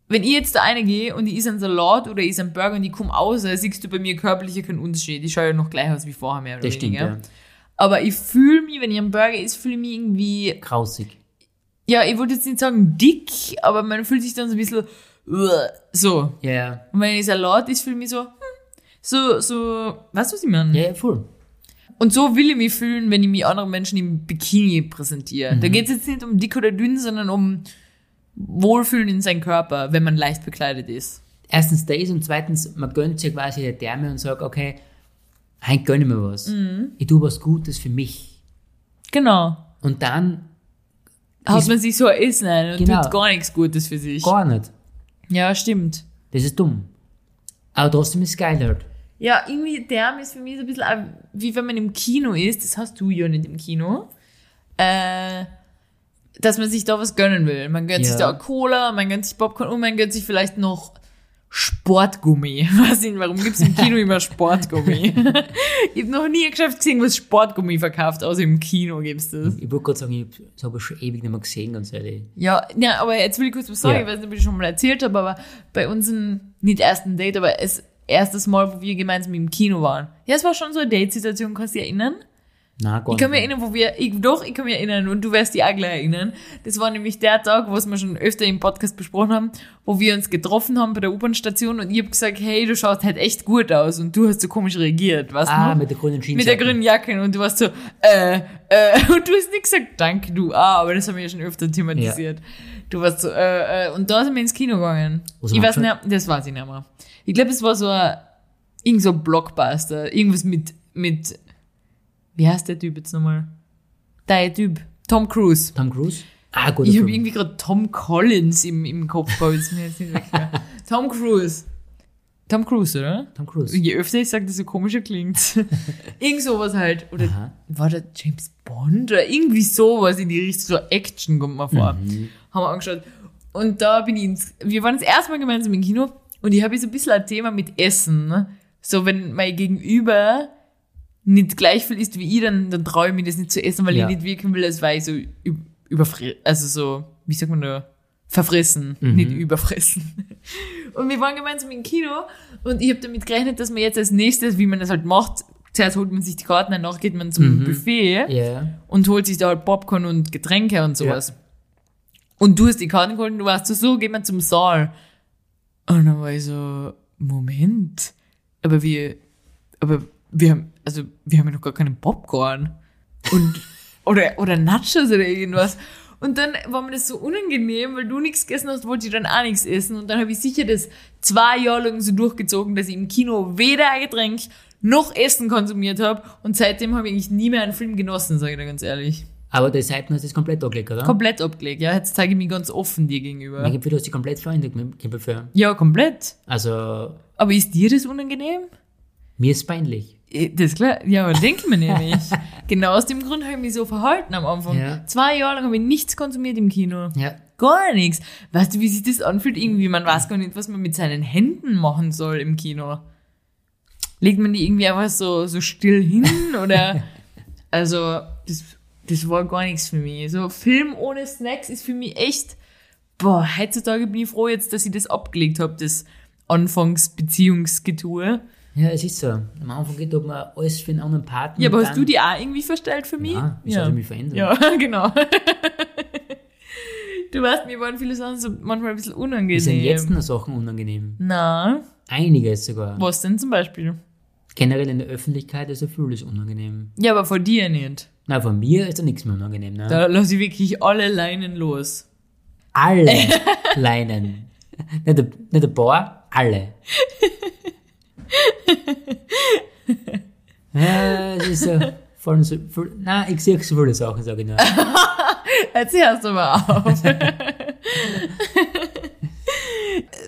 wenn ich jetzt da eine gehe und ich esse einen Salat oder ich esse einen Burger und ich komme aus, dann siehst du bei mir körperlich ja keinen Unterschied. Ich schaue ja noch gleich aus wie vorher mehr oder
Das stimmt,
weniger.
ja.
Aber ich fühle mich, wenn ich einen Burger esse, fühle ich mich irgendwie,
Grausig.
ja, ich wollte jetzt nicht sagen dick, aber man fühlt sich dann so ein bisschen, "Uah", so.
Ja, ja.
Und wenn ich Salat ist, fühle ich mich so, hm, so, so, weißt du, was ich meine?
Ja, ja, voll.
Und so will ich mich fühlen, wenn ich mich anderen Menschen im Bikini präsentiere.
Mhm.
Da geht es jetzt nicht um dick oder dünn, sondern um Wohlfühlen in seinem Körper, wenn man leicht bekleidet ist.
Erstens das und zweitens, man gönnt sich quasi der Therme und sagt, okay, heute gönn ich mir was. Ich tue was Gutes für mich.
Genau.
Und dann
Haut
Ist-
man sich so ein Essen ein und
Genau.
tut gar nichts Gutes für sich.
gar nicht.
Ja, stimmt.
Das ist dumm. Aber trotzdem ist es geil halt.
Ja, irgendwie Därm ist für mich so ein bisschen auch wie wenn man im Kino ist, das hast du ja nicht im Kino, äh, dass man sich da was gönnen will. Man gönnt sich da
Ja.
Cola, man gönnt sich Popcorn und man gönnt sich vielleicht noch Sportgummi. Weiß nicht, warum gibt's im Kino immer Sportgummi? ich habe noch nie ein Geschäft gesehen, was Sportgummi verkauft, außer im Kino gibt's das.
Ich wollte gerade sagen, ich habe sogar schon ewig nicht mehr gesehen, ganz ehrlich.
Ja, ja, aber jetzt will ich kurz was sagen,
Ja.
ich weiß nicht, ob ich das schon mal erzählt habe, aber bei unserem, nicht ersten Date, aber es erstes Mal, wo wir gemeinsam im Kino waren. Ja, es war schon so eine Date-Situation, kannst du dich erinnern?
Nein, gar
Ich kann mich
nicht.
erinnern, wo wir, ich, doch, ich kann mich erinnern und du wirst dich auch gleich erinnern. Das war nämlich der Tag, was wir schon öfter im Podcast besprochen haben, wo wir uns getroffen haben bei der U-Bahn-Station und ich habe gesagt, hey, du schaust halt echt gut aus und du hast so komisch reagiert, weißt
Ah,
du?
mit der grünen Jeans.
Mit der grünen Jacke und du warst so, äh, äh, und du hast nicht gesagt, danke, du, ah, aber das haben wir ja schon öfter thematisiert. Du warst so, äh, äh, und da sind wir ins Kino gegangen.
Wo sind
ich
wir
weiß nicht, das weiß ich nicht mehr. Ich glaube, es war so ein, irgend so ein Blockbuster, irgendwas mit, mit, wie heißt der Typ jetzt nochmal? Der Typ, Tom Cruise.
Tom Cruise? Ah, gut.
Ich habe irgendwie gerade Tom Collins im, im Kopf, aber jetzt mir jetzt nicht wirklich mehr. Tom Cruise. Tom Cruise, oder?
Tom Cruise.
Je öfter ich sage, desto komischer klingt. Irgend sowas halt. Oder
Aha.
war das James Bond oder irgendwie sowas in die Richtung, so Action kommt mal vor.
Mhm.
Haben wir angeschaut. Und da bin ich ins, wir waren das erste Mal gemeinsam im Kino und ich habe so ein bisschen ein Thema mit Essen. Ne? So, wenn mein Gegenüber nicht gleich viel isst wie ich, dann, dann traue ich mir das nicht zu essen, weil
Ja.
ich nicht wirken will, als war ich so üb- überfressen, also so, wie sagt man da, verfressen,
Mhm.
nicht überfressen. Und wir waren gemeinsam im Kino und ich habe damit gerechnet, dass man jetzt als nächstes, wie man das halt macht, zuerst holt man sich die Karten, danach geht man zum Buffet
Ja.
und holt sich da halt Popcorn und Getränke und sowas. Und du hast die Karten geholt und du warst so, so, geh mal zum Saal. Und dann war ich so, Moment, aber wir, aber wir haben, also wir haben ja noch gar keinen Popcorn. Und, oder, oder Nachos oder irgendwas. Und dann war mir das so unangenehm, weil du nichts gegessen hast, wollte ich dann auch nichts essen. Und dann habe ich sicher das zwei Jahre lang so durchgezogen, dass ich im Kino weder ein Getränk noch Essen konsumiert habe. Und seitdem habe ich eigentlich nie mehr einen Film genossen, sage ich dir ganz ehrlich.
Aber der Seiten hast du das komplett angelegt, oder?
Komplett abgelegt, ja. Jetzt zeige ich mich ganz offen dir gegenüber.
Mein Gefühl, du hast dich komplett verändert mit dem Gefühl.
Ja, komplett.
Also,
Aber ist dir das unangenehm?
mir ist peinlich.
Eh, Das ist klar, ja, aber denke mir nämlich. Genau aus dem Grund habe ich mich so verhalten am Anfang.
Ja.
Zwei Jahre lang habe ich nichts konsumiert im Kino.
Ja.
Gar nichts. Weißt du, wie sich das anfühlt? Irgendwie, man weiß gar nicht, was man mit seinen Händen machen soll im Kino. Legt man die irgendwie einfach so, so still hin oder? Also, das, das war gar nichts für mich. So, Film ohne Snacks ist für mich echt, boah, heutzutage bin ich froh jetzt, dass ich das abgelegt habe, das Anfangsbeziehungsgetue.
Ja, es ist so. Am Anfang geht man alles für einen anderen Partner.
Ja, aber
und
hast
dann-
du die auch irgendwie verstellt für mich?
Ja, ich
ja.
sollte mich verändern.
ja, genau. du weißt, mir waren viele Sachen so manchmal ein bisschen unangenehm.
Mir sind jetzt noch Sachen unangenehm.
Na,
Einiges sogar.
was denn zum Beispiel?
Generell in der Öffentlichkeit ist so vieles unangenehm.
Ja, aber von dir nicht.
Na, von mir ist da nichts mehr unangenehm. Ne?
Da lasse ich wirklich alle Leinen los.
alle Leinen. Nicht ein, nicht ein paar, alle. ja, es ist so. Voll, so voll, nein, ich sehe so viele Sachen, sage ich nur.
Jetzt hörst du mal auf.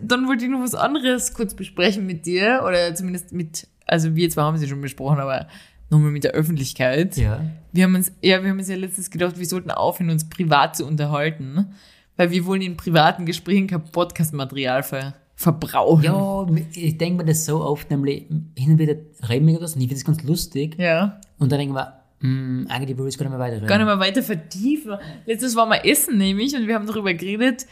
Dann wollte ich noch was anderes kurz besprechen mit dir, oder zumindest mit, also wir zwei haben sie schon besprochen, aber nochmal mit der Öffentlichkeit.
Ja.
Wir haben uns, ja, wir haben uns ja letztens gedacht, wir sollten aufhören, uns privat zu unterhalten, weil wir wollen in privaten Gesprächen kein Podcast-Material ver verbrauchen.
ja, ich denke mir das so oft, nämlich hin und wieder reden wir über das und ich finde das ganz lustig.
Ja.
Und dann denken wir, hm, eigentlich würde ich es gar nicht mehr weiterreden.
Gar nicht mal weiter vertiefen. Letztes war mal Essen nämlich und wir haben darüber geredet,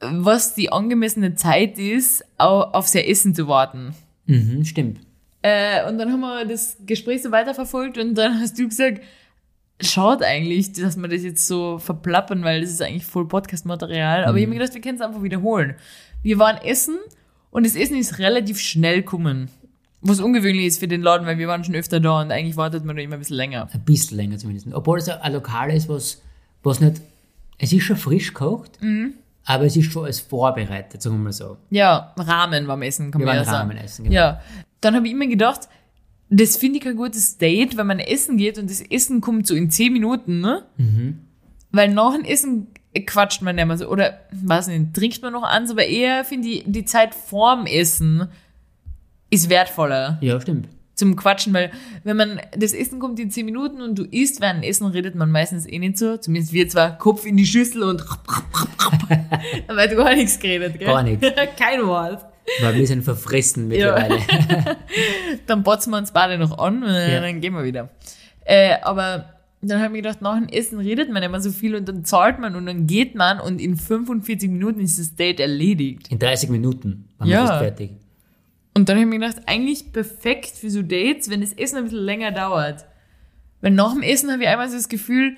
was die angemessene Zeit ist, au- auf sein Essen zu warten.
Mhm, stimmt.
Äh, und dann haben wir das Gespräch so weiterverfolgt und dann hast du gesagt, schaut eigentlich, dass wir das jetzt so verplappern, weil das ist eigentlich voll Podcast-Material. Aber ich habe mir gedacht, wir können es einfach wiederholen. Wir waren essen und das Essen ist relativ schnell gekommen. Was ungewöhnlich ist für den Laden, weil wir waren schon öfter da und eigentlich wartet man da immer ein bisschen länger.
Ein bisschen länger zumindest. Obwohl es ein Lokal ist, was, was nicht. Es ist schon frisch gekocht,
Mhm.
aber es ist schon alles vorbereitet, sagen wir mal so.
Ja, Rahmen beim Essen kann
Wir
man
waren
ja sagen.
Ramen essen, genau.
Ja, dann habe ich immer gedacht, das finde ich kein gutes Date, wenn man essen geht und das Essen kommt so in 10 Minuten, ne?
Mhm.
Weil nach dem Essen quatscht man ja mal so, oder, weiß nicht, trinkt man noch an, aber eher finde ich, die Zeit vorm Essen ist wertvoller
Ja, stimmt.
zum Quatschen, weil wenn man, das Essen kommt in 10 Minuten und du isst während dem Essen, redet man meistens eh nicht so, zumindest wir zwar, Kopf in die Schüssel und aber hat gar nichts geredet, gell?
Gar nichts.
Kein Wort.
Weil wir sind verfressen mittlerweile.
dann botzen wir uns beide noch an und
Ja.
dann gehen wir wieder. Äh, aber dann habe ich gedacht, nach dem Essen redet man immer so viel und dann zahlt man und dann geht man und in 45 Minuten ist das Date erledigt.
In 30 Minuten waren
Ja.
wir fast fertig.
Und dann habe ich mir gedacht, eigentlich perfekt für so Dates, wenn das Essen ein bisschen länger dauert. Weil nach dem Essen habe ich einmal so das Gefühl,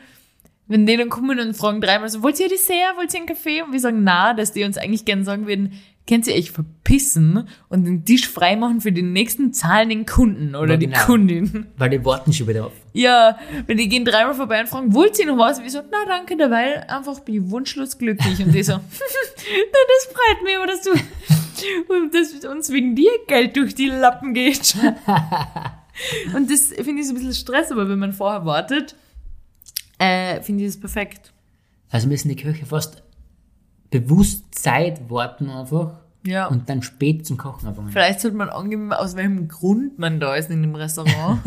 wenn die dann kommen und fragen dreimal so, wollt ihr ein Dessert, wollt ihr einen Kaffee? Und wir sagen, na, dass die uns eigentlich gerne sagen würden, könnt ihr euch verpissen und den Tisch freimachen für den nächsten zahlenden Kunden oder
Ja,
die
genau.
Kundin.
Weil die warten schon wieder auf.
Ja, wenn die gehen dreimal vorbei und fragen, wollt ihr noch was? Und ich so, na danke, dabei einfach bin ich wunschlos glücklich. Und die so, na das freut mich, aber dass du, dass uns wegen dir Geld durch die Lappen geht. Und das finde ich so ein bisschen Stress, aber wenn man vorher wartet, äh, finde ich das perfekt.
Also müssen die Köche fast bewusst Zeit warten einfach
Ja.
und dann spät zum Kochen anfangen.
Vielleicht sollte man angeben, aus welchem Grund man da ist in dem Restaurant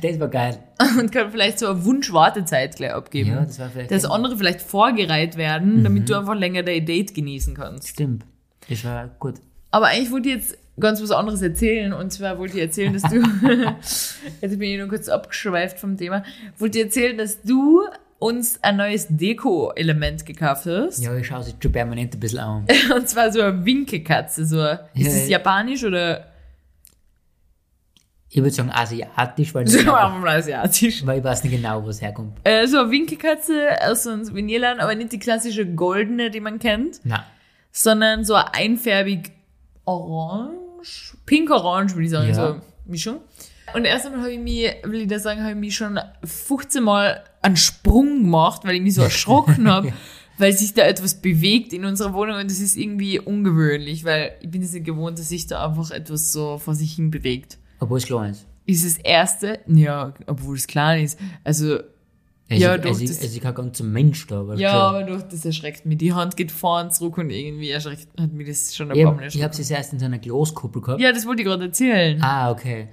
Das war geil.
und kann vielleicht so eine Wunschwartezeit gleich abgeben.
Ja, das war vielleicht. genau- Mhm.
dass andere vielleicht vorgereiht werden, damit du einfach länger dein Date genießen kannst.
stimmt. Das war gut.
Aber eigentlich wollte ich jetzt ganz was anderes erzählen. Und zwar wollte ich erzählen, dass du. jetzt bin ich nur kurz abgeschweift vom Thema. Wollte ich erzählen, dass du uns ein neues Deko-Element gekauft hast.
Ja, ich schaue es schon permanent ein bisschen an.
Und zwar so eine Winkekatze. So ein, ist
Ja,
es
ja.
japanisch oder
Ich würde sagen asiatisch, weil, das
so
einfach,
asiatisch?
weil ich weiß nicht genau, wo es herkommt.
Äh, so eine Winkekatze aus so einem Souvenirladen, aber nicht die klassische goldene, die man kennt,
Nein.
sondern so ein einfärbig orange, pink-orange, würde ich sagen,
Ja.
so Mischung. Und erst einmal habe ich mich, will ich da sagen, habe ich mich schon 15 Mal einen Sprung gemacht, weil ich mich so erschrocken habe, weil sich da etwas bewegt in unserer Wohnung und das ist irgendwie ungewöhnlich, weil ich bin es nicht gewohnt, dass sich da einfach etwas so vor sich hin bewegt.
Obwohl es klar ist.
Ist das erste, ja, obwohl es klein ist, also
Es
Ja,
ist,
doch,
es ist,
das-
es ist kein ganzer Mensch da. Aber
Ja,
schon.
aber doch, das erschreckt mich. Die Hand geht vorn zurück und irgendwie erschreckt, hat mich das schon ein
ich
paar Mal
habe
erschreckt.
es erst in so einer Glaskuppel gehabt.
Ja, das wollte ich gerade erzählen.
Ah, okay.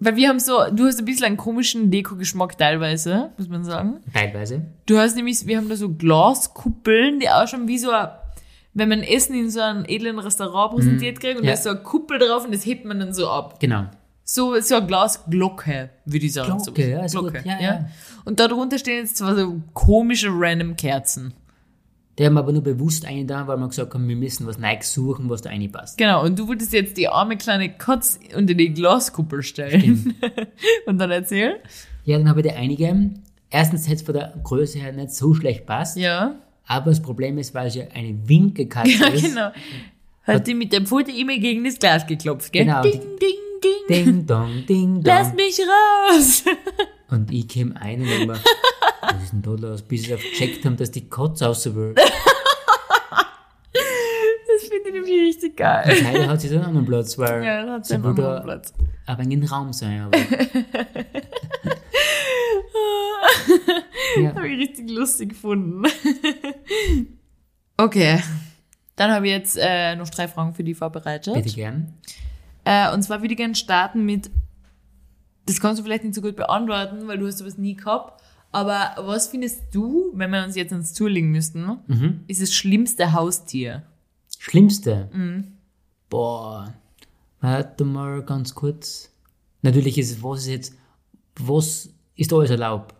Weil wir haben so, du hast ein bisschen einen komischen Deko-Geschmack teilweise, muss man sagen.
Teilweise.
Du hast nämlich, wir haben da so Glaskuppeln, die auch schon wie so ein, wenn man Essen in so einem edlen Restaurant präsentiert kriegt und
Mhm. Ja.
da ist so eine Kuppel drauf und das hebt man dann so ab.
Genau.
So, so eine Glasglocke, würde ich sagen.
Glocke,
so,
ja, ist gut. Ja, ja.
Und darunter stehen jetzt zwar so komische random Kerzen.
Die haben aber nur bewusst einen da, weil wir gesagt haben, wir müssen was Neues suchen, was da reinpasst.
Genau, und du wolltest jetzt die arme kleine Katz unter die Glaskuppel stellen und dann erzählen.
Ja, dann habe ich dir einige. Erstens hätte es von der Größe her nicht so schlecht passt,
Ja,
aber das Problem ist, weil es ja eine Winkelkatze
ja
ist.
genau. Hat die mit dem Futter immer gegen das Glas geklopft, gell?
Genau.
Ding, ding, ding.
Ding dong, ding
Lass
dong.
mich raus!
Und ich käme ein und denk mir, was ist denn da los? Bis sie gecheckt haben, dass die Katze raus will.
Das finde ich nämlich richtig geil.
Leider hat sie so einen anderen Platz, weil
Ja, dann hat sie
sie
einen
will
anderen
da
Platz.
aber in den Raum sein. Aber Ja.
Habe ich richtig lustig gefunden. okay. Dann habe ich jetzt äh, noch drei Fragen für dich
bitte
vorbereitet.
gern.
Äh, und zwar würde ich gerne starten mit, das kannst du vielleicht nicht so gut beantworten, weil du hast sowas nie gehabt, aber was findest du, wenn wir uns jetzt ans Tour legen müssten,
Mhm.
ist das schlimmste Haustier?
Schlimmste?
Mhm.
Boah. Warte mal ganz kurz. Natürlich ist es, was ist jetzt, was ist da alles erlaubt?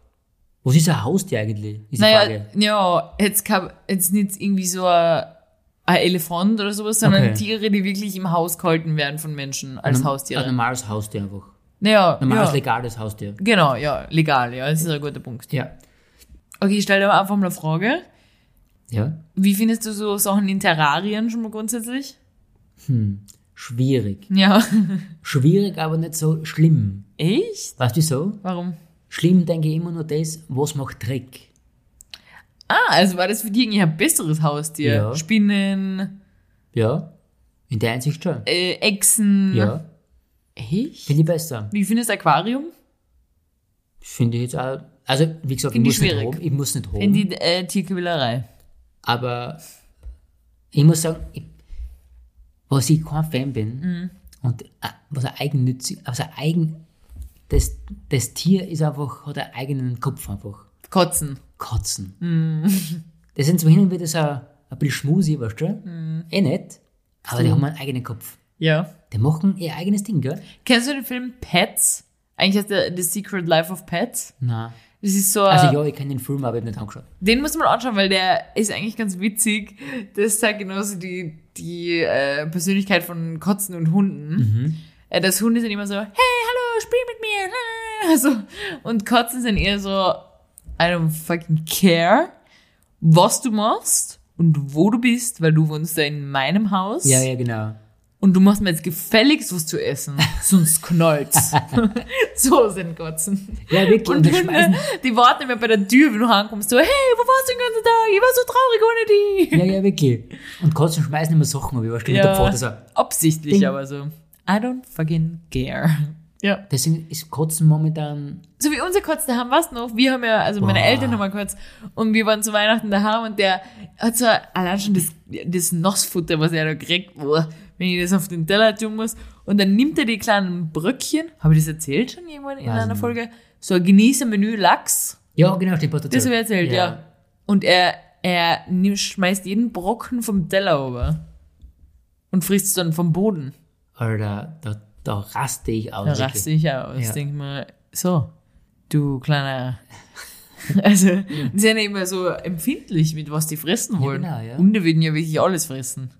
Was ist ein Haustier eigentlich? Ist die
Naja,
Frage.
ja, jetzt, kam, jetzt nicht irgendwie so ein, ein Elefant oder sowas, sondern
Okay.
Tiere, die wirklich im Haus gehalten werden von Menschen als Haustiere.
Ein normales Haustier einfach.
naja,
Normales
ja.
legales Haustier.
Genau, ja, legal, ja, das ist ein guter Punkt.
Ja.
Okay, ich stelle dir mal einfach mal eine Frage.
Ja.
Wie findest du so Sachen in Terrarien schon mal grundsätzlich?
Schwierig.
Ja.
Schwierig, aber nicht so schlimm.
Echt?
Weißt du so?
Warum?
Schlimm denke ich immer nur das, was macht Dreck.
Ah, also war das für dich eigentlich ein besseres Haustier?
Ja.
Spinnen,
Ja. In der Einsicht schon.
äh, Echsen.
Ja.
Echt?
Finde ich besser.
Wie findest du Aquarium?
Finde ich jetzt auch. Also, wie gesagt, ich
Finde ich
muss, nicht
schwierig.
hoben, ich muss nicht
In
hoben.
die äh, Tierquälerei.
Aber ich muss sagen, ich, was ich kein Fan bin und äh, was ein eigennützig, also ein eigen, das, das Tier ist einfach, hat einen eigenen Kopf einfach.
Kotzen.
Katzen. Das sind zwar hin und wieder so ein, ein bisschen schmusi, weißt du? Eh nicht, aber die haben einen eigenen Kopf.
Ja.
Die machen ihr eigenes Ding, gell?
Kennst du den Film Pets? Eigentlich heißt der The Secret Life of Pets.
Nein.
Das ist so. ein-
Also ja, ich kenne den Film, aber ich habe nicht angeschaut.
Den muss man anschauen, weil der ist eigentlich ganz witzig. Das ist halt genauso die, die äh, Persönlichkeit von Kotzen und Hunden.
Mhm.
Äh, das Hunde sind immer so, hey, hallo, spiel mit mir. Also, und Kotzen sind eher so, I don't fucking care, was du machst und wo du bist, weil du wohnst ja in meinem Haus.
Ja, ja, genau.
Und du machst mir jetzt gefälligst was zu essen, sonst knallt's. so sind Kotzen.
Ja, wirklich.
Und äh,
Und die schmeißen,
die warten immer bei der Tür, wenn du heimkommst, so, hey, wo warst du den ganzen Tag? Ich war so traurig ohne dich.
ja, ja, wirklich. Und Katzen schmeißen immer Sachen, aber ich war schon mit
Ja.
der Pfote so.
Absichtlich,
Ding.
aber so. I don't fucking care. Ja.
Deswegen ist Kotzen momentan.
So wie unser Kotz daheim warst noch. Wir haben ja, also meine
Boah.
Eltern haben mal kurz und wir waren zu Weihnachten daheim und der hat so allein schon das, das Nassfutter, was er da kriegt, boah, wenn ich das auf den Teller tun muss. Und dann nimmt er die kleinen Bröckchen, habe ich das erzählt schon irgendwann in
Weiß
einer
nicht.
Folge? So ein Genießermenü Lachs.
Ja, genau, stimmt. hast du
Das habe ich erzählt, ja. Und er, er nimm- schmeißt jeden Brocken vom Teller über. Und frisst es dann vom Boden.
Alter, da, da raste ich aus.
Da
wirklich.
raste ich aus.
Ja.
Denk mal, so, du kleiner. Also, die sind ja immer so empfindlich, mit was die fressen wollen.
genau, ja.
Hunde würden ja wirklich alles fressen.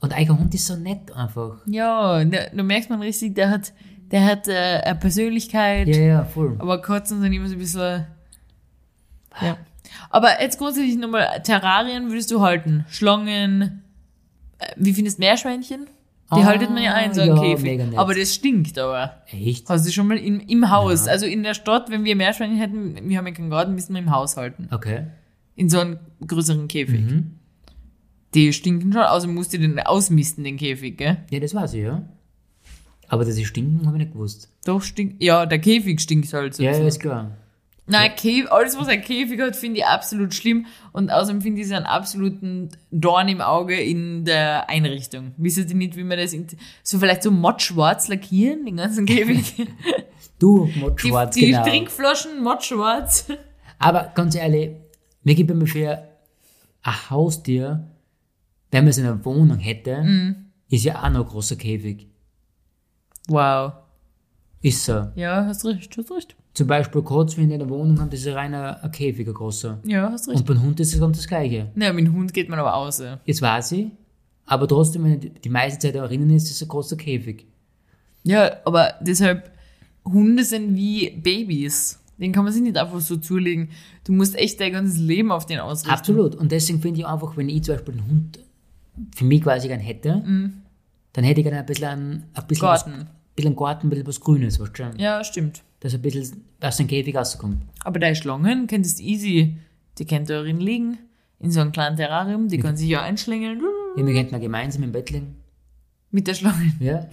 Und ein Hund ist so nett einfach.
Ja, da, da merkt man richtig, der hat, der hat äh, eine Persönlichkeit.
Ja, ja, voll.
Aber Kotzen sind immer so ein bisschen. Ja. Aber jetzt grundsätzlich nochmal, Terrarien würdest du halten? Schlangen? äh, Wie findest du Meerschweinchen? Die
Ah,
haltet man ja ein, so ein
ja,
Käfig.
mega nett.
Aber das stinkt aber.
Echt?
Hast du Also schon mal im, im Haus, also in der Stadt, wenn wir Meerschweinchen hätten, wir haben ja keinen Garten, müssen wir im Haus halten.
Okay.
In so einem größeren Käfig.
Mhm.
Die stinken schon, also musst du den ausmisten, den Käfig, gell?
Ja, das weiß ich, ja. Aber dass sie stinken, habe ich nicht gewusst.
Doch stinkt, ja, der Käfig stinkt halt so. ein
Ja,
bisschen.
ja, ist klar.
Nein, Käf alles, was ein Käfig hat, finde ich absolut schlimm. Und außerdem finde ich es einen absoluten Dorn im Auge in der Einrichtung. Wisst ihr nicht, wie man das in, so vielleicht so mattschwarz lackieren, den ganzen Käfig?
Du, Mod
die
Schwarz,
die
genau.
Trinkflaschen mattschwarz.
Aber ganz ehrlich, mir gibt immer für ein Haustier, wenn man es in einer Wohnung hätte,
Mhm.
ist ja auch noch ein großer Käfig.
Wow.
Ist so.
Ja, hast recht, hast recht.
zum Beispiel kurz, wenn ich eine Wohnung habe, das ist ein reiner ein Käfig, ein großer.
Ja, hast recht.
Und beim Hund ist es dann das Gleiche.
Naja, mit dem Hund geht man aber aus. Ja,
Jetzt weiß ich, aber trotzdem, wenn ich die meiste Zeit auch drinnen ist, ist es ein großer Käfig.
Ja, aber deshalb, Hunde sind wie Babys. Den kann man sich nicht einfach so zulegen. Du musst echt dein ganzes Leben auf den ausrichten.
Absolut. Und deswegen finde ich einfach, wenn ich zum Beispiel einen Hund für mich quasi gern hätte, dann hätte ich gerne ein bisschen, einen, ein bisschen Was,
Mhm. Garten.
ein bisschen Garten, ein bisschen was Grünes, weißt du schon?
Ja, stimmt.
Dass ein bisschen aus dem Käfig rauskommt.
Aber deine Schlangen könntest easy. Die könnt ihr darin liegen. In so einem kleinen Terrarium. Die können sich ja einschlängeln.
Ja, wir könnten mal gemeinsam im Bett liegen.
Mit der Schlange.
Ja.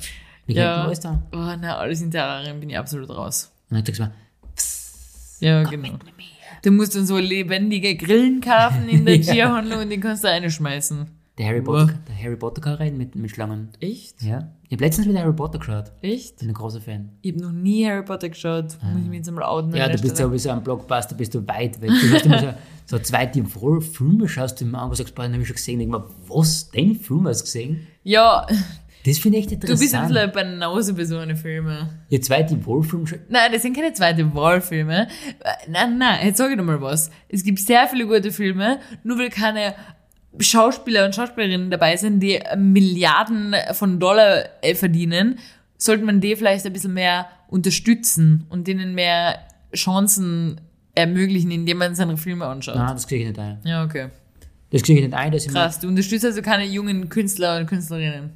Wir
Ja.
könnten alles da. Und
Oh, na, alles in Terrarium bin ich absolut raus.
dann sagst du mal,
Ja, genau. Du musst dann so lebendige Grillen kaufen in der Tierhandlung und die kannst du reinschmeißen.
der Harry
Boah.
Potter, der Harry Potter kann reden mit, mit Schlangen.
Echt?
Ja. Ich habe letztens wieder Harry Potter geschaut.
Echt?
Bin ein großer Fan.
Ich habe noch nie Harry Potter geschaut. Muss ich mich jetzt einmal outen.
Ah. Ja,
an
du
der
bist
Stelle.
sowieso am Blockbuster, bist du weit weg. Du hast immer so, so zwei die Fro- Filme schaust du immer an, wo du sagst, boah, den habe ich schon gesehen. Ich denk mir, was, den Film hast du gesehen?
Ja,
Das finde ich echt
du bist ein
interessant.
bisschen eine Banause bei so einem Film.
ja, zwei die Wolf-Filme schon.
Nein, das sind keine zweite Wahlfilme. Nein, nein, jetzt sage ich doch mal was. Es gibt sehr viele gute Filme, nur weil keine Schauspieler und Schauspielerinnen dabei sind, die Milliarden von Dollar äh, verdienen, sollte man die vielleicht ein bisschen mehr unterstützen und denen mehr Chancen ermöglichen, indem man seine Filme anschaut.
Nein, das kriege ich nicht ein.
Ja, okay.
Das kriege ich nicht ein, dass ich mir
Krass, du unterstützt also keine jungen Künstler und Künstlerinnen.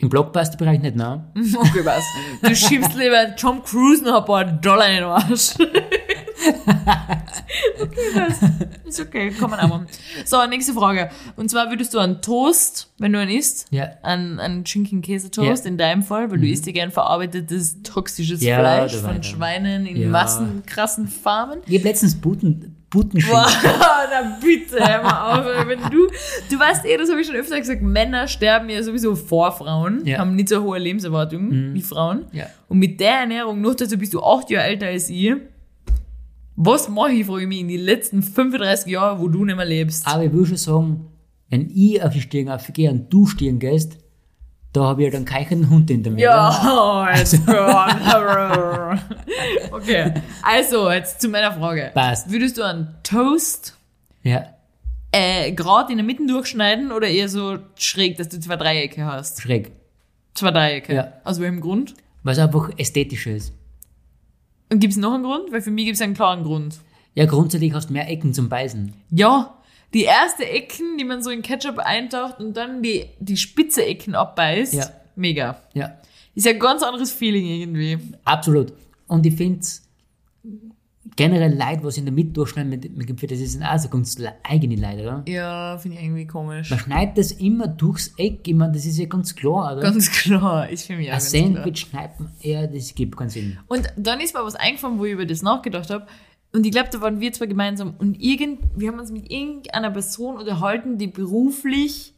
im Blockbuster-Bereich nicht, nein.
Okay, was? Du schiebst lieber Tom Cruise noch ein paar Dollar in den Arsch. okay, was? Ist okay, kann man auch machen. So, nächste Frage. Und zwar würdest du einen Toast, wenn du einen isst,
Ja. Mhm.
einen, einen Schinken-Käse-Toast in deinem Fall, weil du isst ja gern verarbeitetes, toxisches
Ja,
Fleisch
da war
von
ich dann.
Schweinen in
Ja.
Massen, krassen Farmen.
Ich habe letztens Buten, Butenschinken.
Boah, na bitte, hör mal auf. ey, Wenn du, du weißt eh, das habe ich schon öfter gesagt, Männer sterben ja sowieso vor Frauen,
Ja. Mhm.
haben nicht so hohe Lebenserwartungen wie Frauen.
Ja.
Und mit der Ernährung, noch dazu bist du acht Jahre älter als ich. Was mache ich, frage ich mich, in den letzten 35 Jahren, wo du nicht mehr lebst?
Aber ich will schon sagen, wenn ich auf die Stirn aufgehe und du Stirn gehst, da habe ich dann keinen Hund in der Mitte.
Ja, jetzt Okay, also jetzt zu meiner Frage.
Passt.
Würdest du einen Toast
Ja,
äh, gerade in der Mitte durchschneiden oder eher so schräg, dass du zwei Dreiecke hast?
schräg.
Zwei Dreiecke.
Ja.
Aus welchem Grund?
Was einfach ästhetisch ist.
Und gibt es noch einen Grund? Weil für mich gibt es einen klaren Grund.
Ja, grundsätzlich hast du mehr Ecken zum Beißen.
Ja, die erste Ecken, die man so in Ketchup eintaucht und dann die, die spitze Ecken abbeißt.
Ja.
Mega.
Ja,
Ist ja ein ganz anderes Feeling irgendwie.
absolut. Und ich finde generell Leid, was in der Mitte durchschneiden, mit, mit, Gipfel, das ist ein auch so ganz le- eigene Leid, oder?
Ja, finde ich irgendwie komisch.
Man schneidet das immer durchs Eck, ich meine, das ist ja ganz klar, oder?
Ganz klar, ist für mich auch
ein
ganz klar.
Sandwich schneidet man, ja, das gibt keinen Sinn.
Und dann ist mir was eingefallen, wo ich über das nachgedacht habe. Und ich glaube, da waren wir zwei gemeinsam. Und irgend, wir haben uns mit irgendeiner Person unterhalten, die beruflich,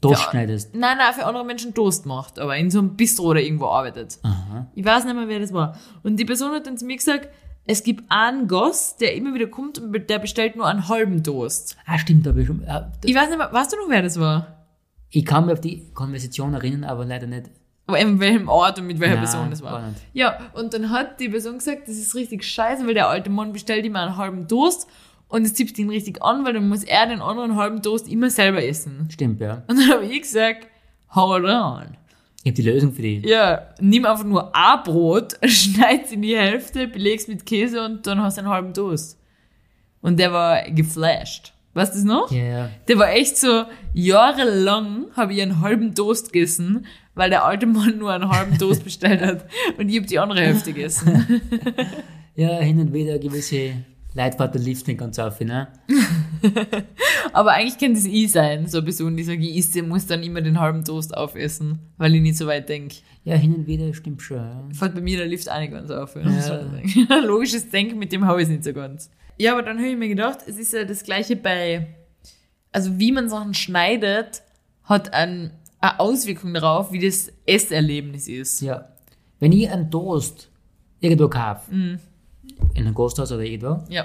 Durchschneidest.
nein, nein, für andere Menschen Toast macht, aber in so einem Bistro oder irgendwo arbeitet.
Aha.
Ich weiß nicht mehr, wer das war. Und die Person hat dann zu mir gesagt, es gibt einen Gast, der immer wieder kommt und der bestellt nur einen halben Toast.
Ah, stimmt, da habe ich schon. ah, da-
Ich weiß nicht mehr, weißt du noch, wer das war?
Ich kann mich auf die Konversation erinnern, aber leider nicht.
Aber in welchem Ort und mit welcher
Nein,
Person das war.
gar nicht.
Ja, und dann hat die Person gesagt, das ist richtig scheiße, weil der alte Mann bestellt immer einen halben Toast und es tippt ihn richtig an, weil dann muss er den anderen halben Toast immer selber essen.
Stimmt, ja.
Und dann habe ich gesagt, hold on.
Ich habe die Lösung für die.
Ja, nimm einfach nur ein Brot, schneid's in die Hälfte, beleg's mit Käse und dann hast du einen halben Toast. Und der war geflasht. Weißt du das noch?
Ja, ja.
Der war echt so, jahrelang habe ich einen halben Toast gegessen, weil der alte Mann nur einen halben Toast bestellt hat. Und ich habe die andere Hälfte gegessen.
Ja, hin und wieder gewisse Leitfaden lief nicht ganz auf, ne?
Aber eigentlich kann das ich sein, so eine Person, die sagt, ich esse, muss dann immer den halben Toast aufessen, weil ich nicht so weit denke.
Ja, hin und wieder stimmt schon. Ja.
Fällt bei mir der Lift auch nicht ganz auf. Ja.
Ja.
Soll ich sagen. Logisches Denken mit dem habe ich nicht so ganz. Ja, aber dann habe ich mir gedacht, es ist ja das Gleiche bei, also wie man Sachen schneidet, hat ein, eine Auswirkung darauf, wie das Esserlebnis ist.
ja. Wenn ich einen Toast irgendwo kaufe,
Mhm.
in einem Gasthaus oder irgendwo,
Ja,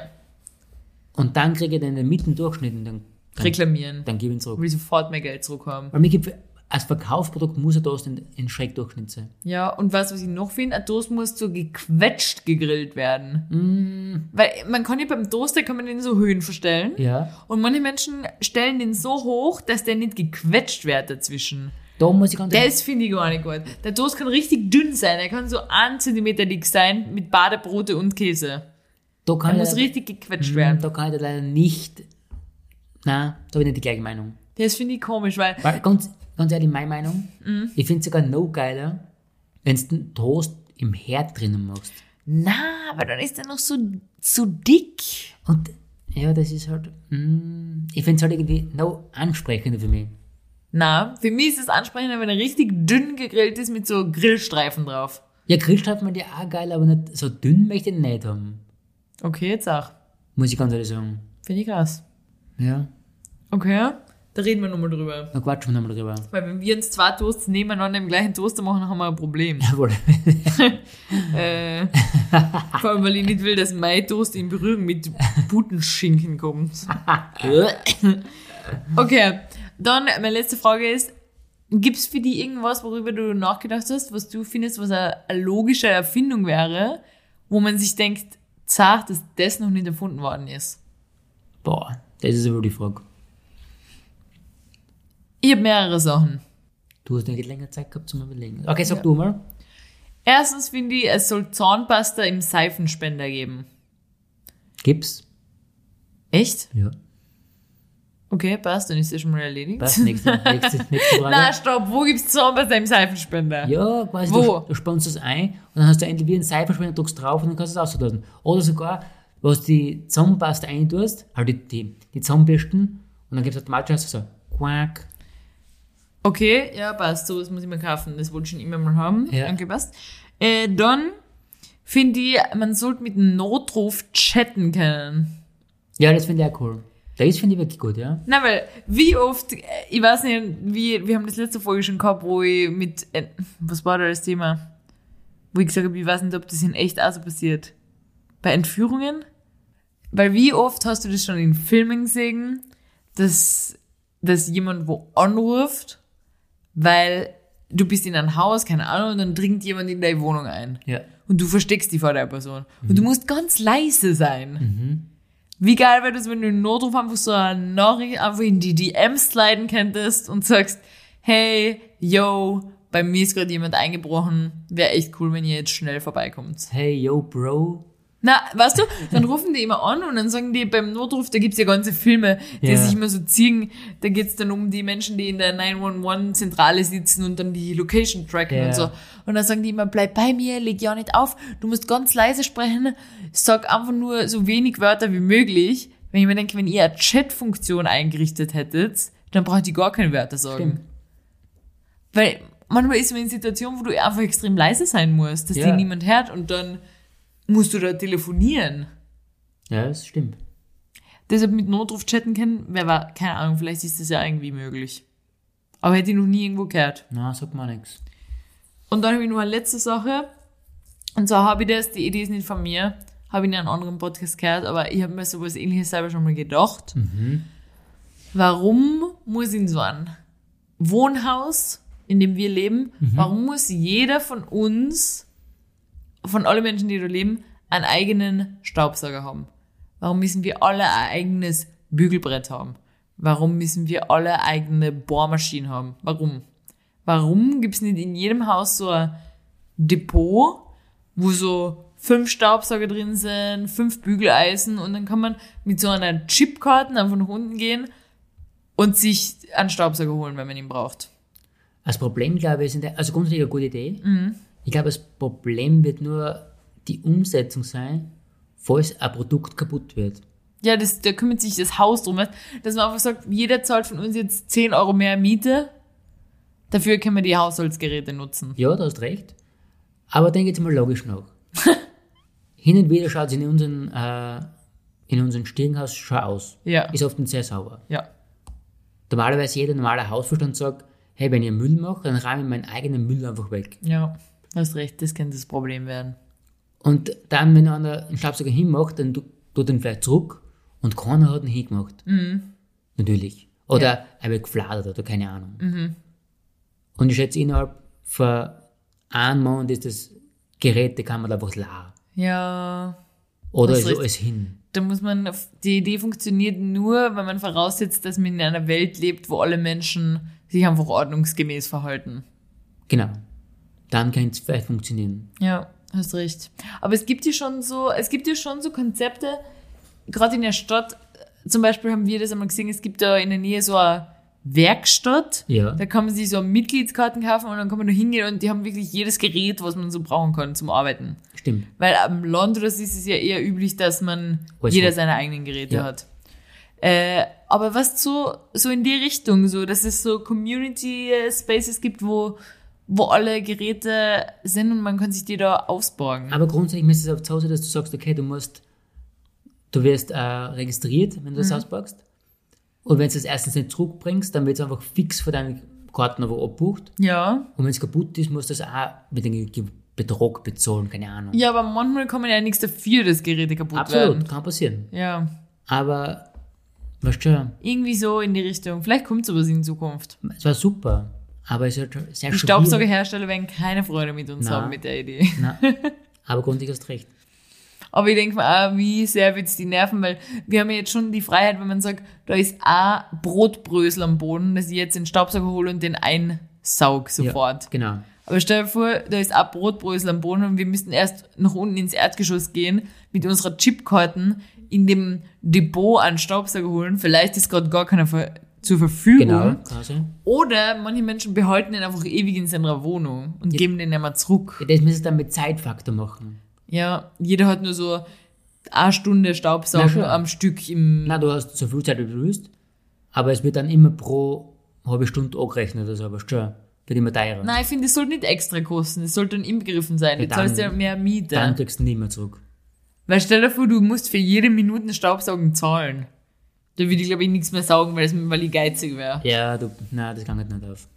und dann kriege ich den in der Mitte durchschnitten, dann, dann,
reklamieren.
dann gebe ich ihn zurück.
Will ich sofort mehr Geld zurückhaben.
Weil mir gibt als Verkaufsprodukt muss ein Toast in, in Schrägdurchschnitt sein.
Ja, und weißt du, was ich noch finde? Ein Toast muss so gequetscht gegrillt werden. Weil man kann ja beim Toaster, kann man den so Höhen verstellen.
Ja.
Und manche Menschen stellen den so hoch, dass der nicht gequetscht wird dazwischen.
Da muss ich ganz ehrlich-
Das finde ich gar nicht gut. Der Toast kann richtig dünn sein. Er kann so 1 Zentimeter dick sein mit Badebrote und Käse.
da kann
Er
ich
muss
leider-
richtig gequetscht
Mm,
werden.
Da kann ich da leider nicht. Nein, da habe ich nicht die gleiche Meinung.
Das finde ich komisch, weil
Weil, ganz, ganz ehrlich, meine Meinung,
Mhm.
ich finde es sogar noch geiler, wenn du den Toast im Herd drinnen machst.
Na, aber dann ist er noch so, so dick.
Und ja, das ist halt, mm, ich finde es halt irgendwie noch ansprechender für mich.
Na, für mich ist es ansprechender, wenn er richtig dünn gegrillt ist mit so Grillstreifen drauf.
Ja, Grillstreifen finde ich auch geil, aber nicht, so dünn möchte ich ihn nicht haben.
Okay, jetzt auch.
Muss ich ganz ehrlich sagen.
Finde ich krass.
Ja,
Okay, da reden wir nochmal drüber.
da quatschen wir nochmal drüber.
Weil wenn wir uns zwei Toasts nebeneinander im gleichen Toaster machen, haben wir ein Problem.
Jawohl.
äh, vor allem, weil ich nicht will, dass mein Toast in Berührung mit Putenschinken kommt. Okay, dann meine letzte Frage ist, gibt's für dich irgendwas, worüber du nachgedacht hast, was du findest, was eine, eine logische Erfindung wäre, wo man sich denkt, zart, dass das noch nicht erfunden worden ist?
Boah, das ist aber die Frage.
Ich habe mehrere Sachen.
Du hast nicht länger Zeit gehabt zum Überlegen. Okay, sag du mal.
Erstens finde ich, es soll Zahnpasta im Seifenspender geben.
Gibt's?
Echt?
Ja.
Okay, passt, dann ist das schon mal erledigt.
Passt, nächste, nächste, nächste Frage.
Na, stopp, wo gibt's Zahnpasta im Seifenspender?
Ja, quasi,
Wo?
du, du spannst es ein und dann hast du endlich wie einen Seifenspender, drückst drauf und dann kannst du es auslassen. Oder sogar, was die Zahnpaste eintust, halt die, die, die Zahnbürsten und dann gibt es automatisch also so quack.
Okay, ja, passt. So was muss ich mir kaufen. Das wollte ich schon immer mal haben.
Ja.
Danke, passt. Äh, dann finde ich, man sollte mit dem Notruf chatten können.
Ja, das finde ich auch cool. Das finde ich wirklich gut, ja.
Na, weil, wie oft, äh, ich weiß nicht, wie, wir haben das letzte Folge schon gehabt, wo ich mit, äh, was war da das Thema? Wo ich gesagt habe, ich weiß nicht, ob das in echt auch so passiert. Bei Entführungen? Weil wie oft hast du das schon in Filmen gesehen, dass, dass jemand wo anruft, weil du bist in ein Haus, keine Ahnung, und dann dringt jemand in deine Wohnung ein.
Ja.
Und du versteckst dich vor der Person. Und du musst ganz leise sein. Wie geil wäre das, wenn du einen Notruf einfach so eine Nachricht einfach in die DMs sliden könntest und sagst, hey, yo, bei mir ist gerade jemand eingebrochen. Wäre echt cool, wenn ihr jetzt schnell vorbeikommt.
Hey, yo, Bro.
Na, weißt du, dann rufen die immer an und dann sagen die beim Notruf, da gibt's ja ganze Filme, die
Ja.
sich immer so ziehen. Da geht's dann um die Menschen, die in der 911-Zentrale sitzen und dann die Location tracken
Ja.
und so. Und dann sagen die immer, bleib bei mir, leg ja nicht auf, du musst ganz leise sprechen, sag einfach nur so wenig Wörter wie möglich. Wenn ich mir denke, wenn ihr eine Chat-Funktion eingerichtet hättet, dann braucht ihr gar keine Wörter sagen.
Stimmt.
Weil manchmal ist man in Situationen, wo du einfach extrem leise sein musst, dass
Ja.
dir niemand hört und dann musst du da telefonieren.
Ja, das stimmt.
Deshalb mit Notruf chatten können, wer war, keine Ahnung, vielleicht ist das ja irgendwie möglich. Aber hätte ich noch nie irgendwo gehört.
Na, sagt man nichts.
Und dann habe ich noch eine letzte Sache. Und zwar habe ich das, die Idee ist nicht von mir, habe ich in einem anderen Podcast gehört, aber ich habe mir sowas ähnliches selber schon mal gedacht. Warum muss in so einem Wohnhaus, in dem wir leben, warum muss jeder von uns, von allen Menschen, die da leben, einen eigenen Staubsauger haben? Warum müssen wir alle ein eigenes Bügelbrett haben? Warum müssen wir alle eigene Bohrmaschinen haben? Warum? Warum gibt's nicht in jedem Haus so ein Depot, wo so fünf Staubsauger drin sind, fünf Bügeleisen und dann kann man mit so einer Chipkarte einfach nach unten gehen und sich einen Staubsauger holen, wenn man ihn braucht.
Das Problem, glaube ich, sind, also grundsätzlich eine gute Idee. Ich glaube, das Problem wird nur die Umsetzung sein, falls ein Produkt kaputt wird.
Ja, das, da kümmert sich das Haus drum, weißt? dass man einfach sagt, jeder zahlt von uns jetzt 10 Euro mehr Miete. Dafür können wir die Haushaltsgeräte nutzen.
Ja, du hast recht. Aber denke jetzt mal logisch nach. Hin und wieder schaut es in unseren, äh, in unseren Stirnhaus schon aus.
Ja.
Ist oft nicht sehr sauber.
Ja.
Normalerweise jeder normale Hausverstand sagt, hey, wenn ihr Müll macht, dann räume ich meinen eigenen Müll einfach weg.
Ja. Hast recht, das könnte das Problem werden.
Und dann, wenn einer einen Schlafsack hinmacht, dann tu- tut er ihn vielleicht zurück und keiner hat ihn hingemacht. Natürlich. Oder er wird gefladert oder keine Ahnung. Und ich schätze, innerhalb von einem Monat ist das Gerät, die kann man einfach la.
Ja.
Oder
Das ist
so
richtig.
alles hin.
Da muss man, auf- die Idee funktioniert nur, wenn man voraussetzt, dass man in einer Welt lebt, wo alle Menschen sich einfach ordnungsgemäß verhalten.
Genau. Dann kann es vielleicht funktionieren.
Ja, hast recht. Aber es gibt ja schon so, es gibt ja schon so Konzepte, gerade in der Stadt, zum Beispiel haben wir das einmal gesehen, es gibt da in der Nähe so eine Werkstatt,
Ja.
da kann man sich so Mitgliedskarten kaufen und dann kann man da hingehen und die haben wirklich jedes Gerät, was man so brauchen kann zum Arbeiten.
Stimmt.
Weil am Land oder so ist es ja eher üblich, dass man
Alles
jeder
gut.
seine eigenen Geräte
Ja.
hat. Äh, aber was so, so in die Richtung, so, dass es so Community äh, Spaces gibt, wo, wo alle Geräte sind und man kann sich die da aufborgen.
Aber grundsätzlich müsste es auch so sein, dass du sagst, okay, du musst, du wirst äh, registriert, wenn
Mhm.
du das auspackst. Und wenn du das erstens nicht zurückbringst, dann wird es einfach fix von deinem Karten aber abbucht.
Ja.
Und wenn es kaputt ist, musst du das auch mit einem Ge- Betrag bezahlen, keine Ahnung.
Ja, aber manchmal kann man ja nichts dafür, dass Geräte kaputt
Absolut,
werden.
kann passieren.
Ja.
Aber, weißt du schon,
Irgendwie so in die Richtung. Vielleicht kommt sowas in Zukunft.
es war super, aber es ist halt sehr
Die Staubsaugerhersteller werden keine Freude mit uns
Na.
haben mit der Idee.
Nein, aber grundsätzlich hast du recht.
Aber ich denke mir auch, wie sehr wird's die nerven, weil wir haben ja jetzt schon die Freiheit, wenn man sagt, da ist ein Brotbrösel am Boden, dass ich jetzt den Staubsauger hole und den einsaug sofort. Mhm.
Ja, genau.
Aber stell dir vor, da ist ein Brotbrösel am Boden und wir müssen erst nach unten ins Erdgeschoss gehen, mit unserer Chipkarten in dem Depot einen Staubsauger holen. Vielleicht ist gerade gar keiner ver zur Verfügung.
Genau, kann sein.
Oder manche Menschen behalten den einfach ewig in seiner Wohnung und geben den ja mal zurück.
Ja, Das müsstest du dann mit Zeitfaktor machen.
Ja, jeder hat nur so eine Stunde
Na
Staubsaugen
schon.
am Stück im.
Na, du hast so viel Zeit, wie du willst, aber es wird dann immer pro halbe Stunde angerechnet, also aber schon, wird immer teurer.
Nein, ich finde, es sollte nicht extra kosten. Es sollte dann inbegriffen sein.
Ja,
du zahlst ja
dann-
mehr Miete.
Dann kriegst du nicht mehr zurück.
Weil stell dir vor, du musst für jede Minute Staubsaugen zahlen. Da würde ich, glaube ich, nichts mehr saugen, weil, es, weil ich geizig wäre.
Ja, du, nein, das geht nicht auf.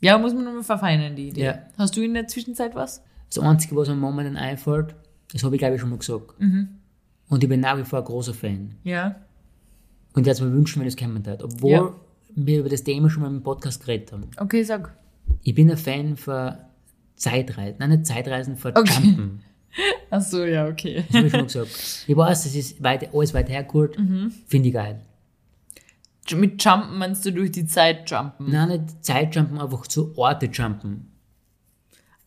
Ja, muss man nochmal verfeinern, die Idee.
Ja.
Hast du in der Zwischenzeit was?
Das Einzige, was mir momentan einfällt, das habe ich glaube ich schon mal gesagt.
Mhm.
Und ich bin nach wie vor ein großer Fan.
Ja.
Und ich würde mir wünschen, wenn das kommen würde. Obwohl
Ja.
wir über das Thema schon mal im Podcast geredet haben.
Okay, sag.
Ich bin ein Fan von Zeitreisen. Nein, nicht Zeitreisen, von
Okay.
Jumpen.
Ach so, ja, okay.
Das habe ich schon mal gesagt. Ich weiß, das ist weit, alles weit hergeholt.
Mhm.
Finde ich geil.
J- Mit Jumpen meinst du durch die Zeit jumpen?
Nein, nicht Zeitjumpen, einfach zu Orte jumpen.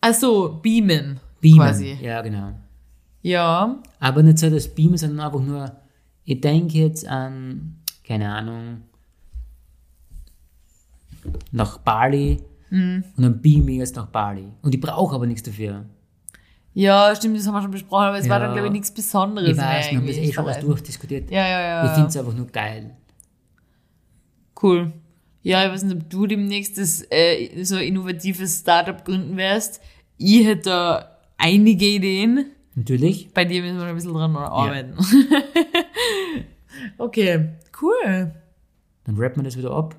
Ach so, beamen.
Beamen.
Quasi.
Ja, genau.
Ja.
Aber nicht so das Beamen, sondern einfach nur, ich denke jetzt an, keine Ahnung, nach Bali
Mhm.
und dann beame ich jetzt nach Bali. Und ich brauche aber nichts dafür.
Ja, stimmt, das haben wir schon besprochen, aber es war
Ja.
dann, glaube ich, nichts Besonderes.
Ich weiß, wir haben
eigentlich.
das eh schon was durchdiskutiert.
Ja, ja, ja.
Ich finde es einfach nur geil.
Cool. Ja, ich weiß nicht, ob du demnächst das, äh, so ein innovatives Startup gründen wirst. Ich hätte da einige Ideen.
Natürlich.
Bei dir müssen wir noch ein bisschen dran arbeiten. okay, cool.
Dann rappen wir das wieder ab.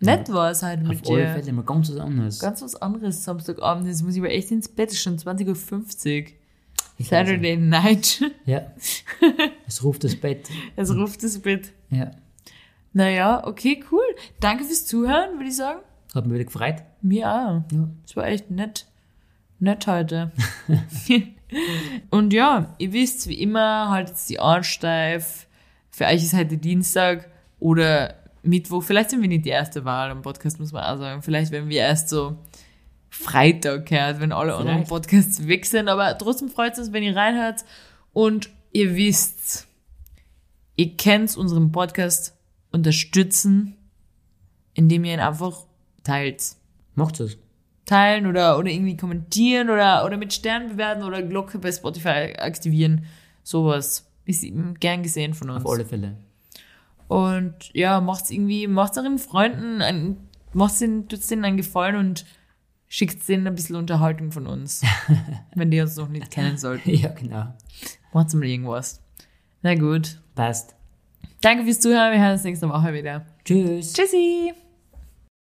Nett war es heute mit
Auf alle
dir.
Fälle mal ganz was anderes.
Ganz was anderes Samstagabend. Jetzt muss ich aber echt ins Bett. Es ist schon 20.50 Uhr.
Ich weiß nicht.
Saturday Night.
Ja. Es ruft das Bett.
Es ruft das Bett.
Ja.
Naja, okay, cool. Danke fürs Zuhören, würde ich sagen.
Hat mich wieder gefreut.
Mir auch.
Ja.
Es war echt nett. Nett heute. Und ja, ihr wisst, wie immer, haltet die Ohren steif. Für euch ist heute Dienstag oder Mittwoch. Vielleicht sind wir nicht die erste Wahl im Podcast, muss man auch sagen. Vielleicht werden wir erst so Freitag gehört, wenn alle anderen
Vielleicht.
Podcasts weg sind. Aber trotzdem freut es uns, wenn ihr reinhört. Und ihr wisst, ihr könnt unseren Podcast unterstützen, indem ihr ihn einfach teilt
Macht's es.
teilen oder, oder irgendwie kommentieren oder, oder mit Sternen bewerten oder Glocke bei Spotify aktivieren. Sowas ist eben gern gesehen von uns.
Auf alle Fälle.
Und ja, macht's irgendwie, macht's euren Freunden, einen, macht's denen, tut's denen einen Gefallen und schickt denen ein bisschen Unterhaltung von uns. wenn die uns noch nicht kennen sollten.
Ja, genau.
Macht's mal irgendwas. Na gut.
Passt.
Danke fürs Zuhören. Wir hören uns nächste Woche wieder.
Tschüss.
Tschüssi!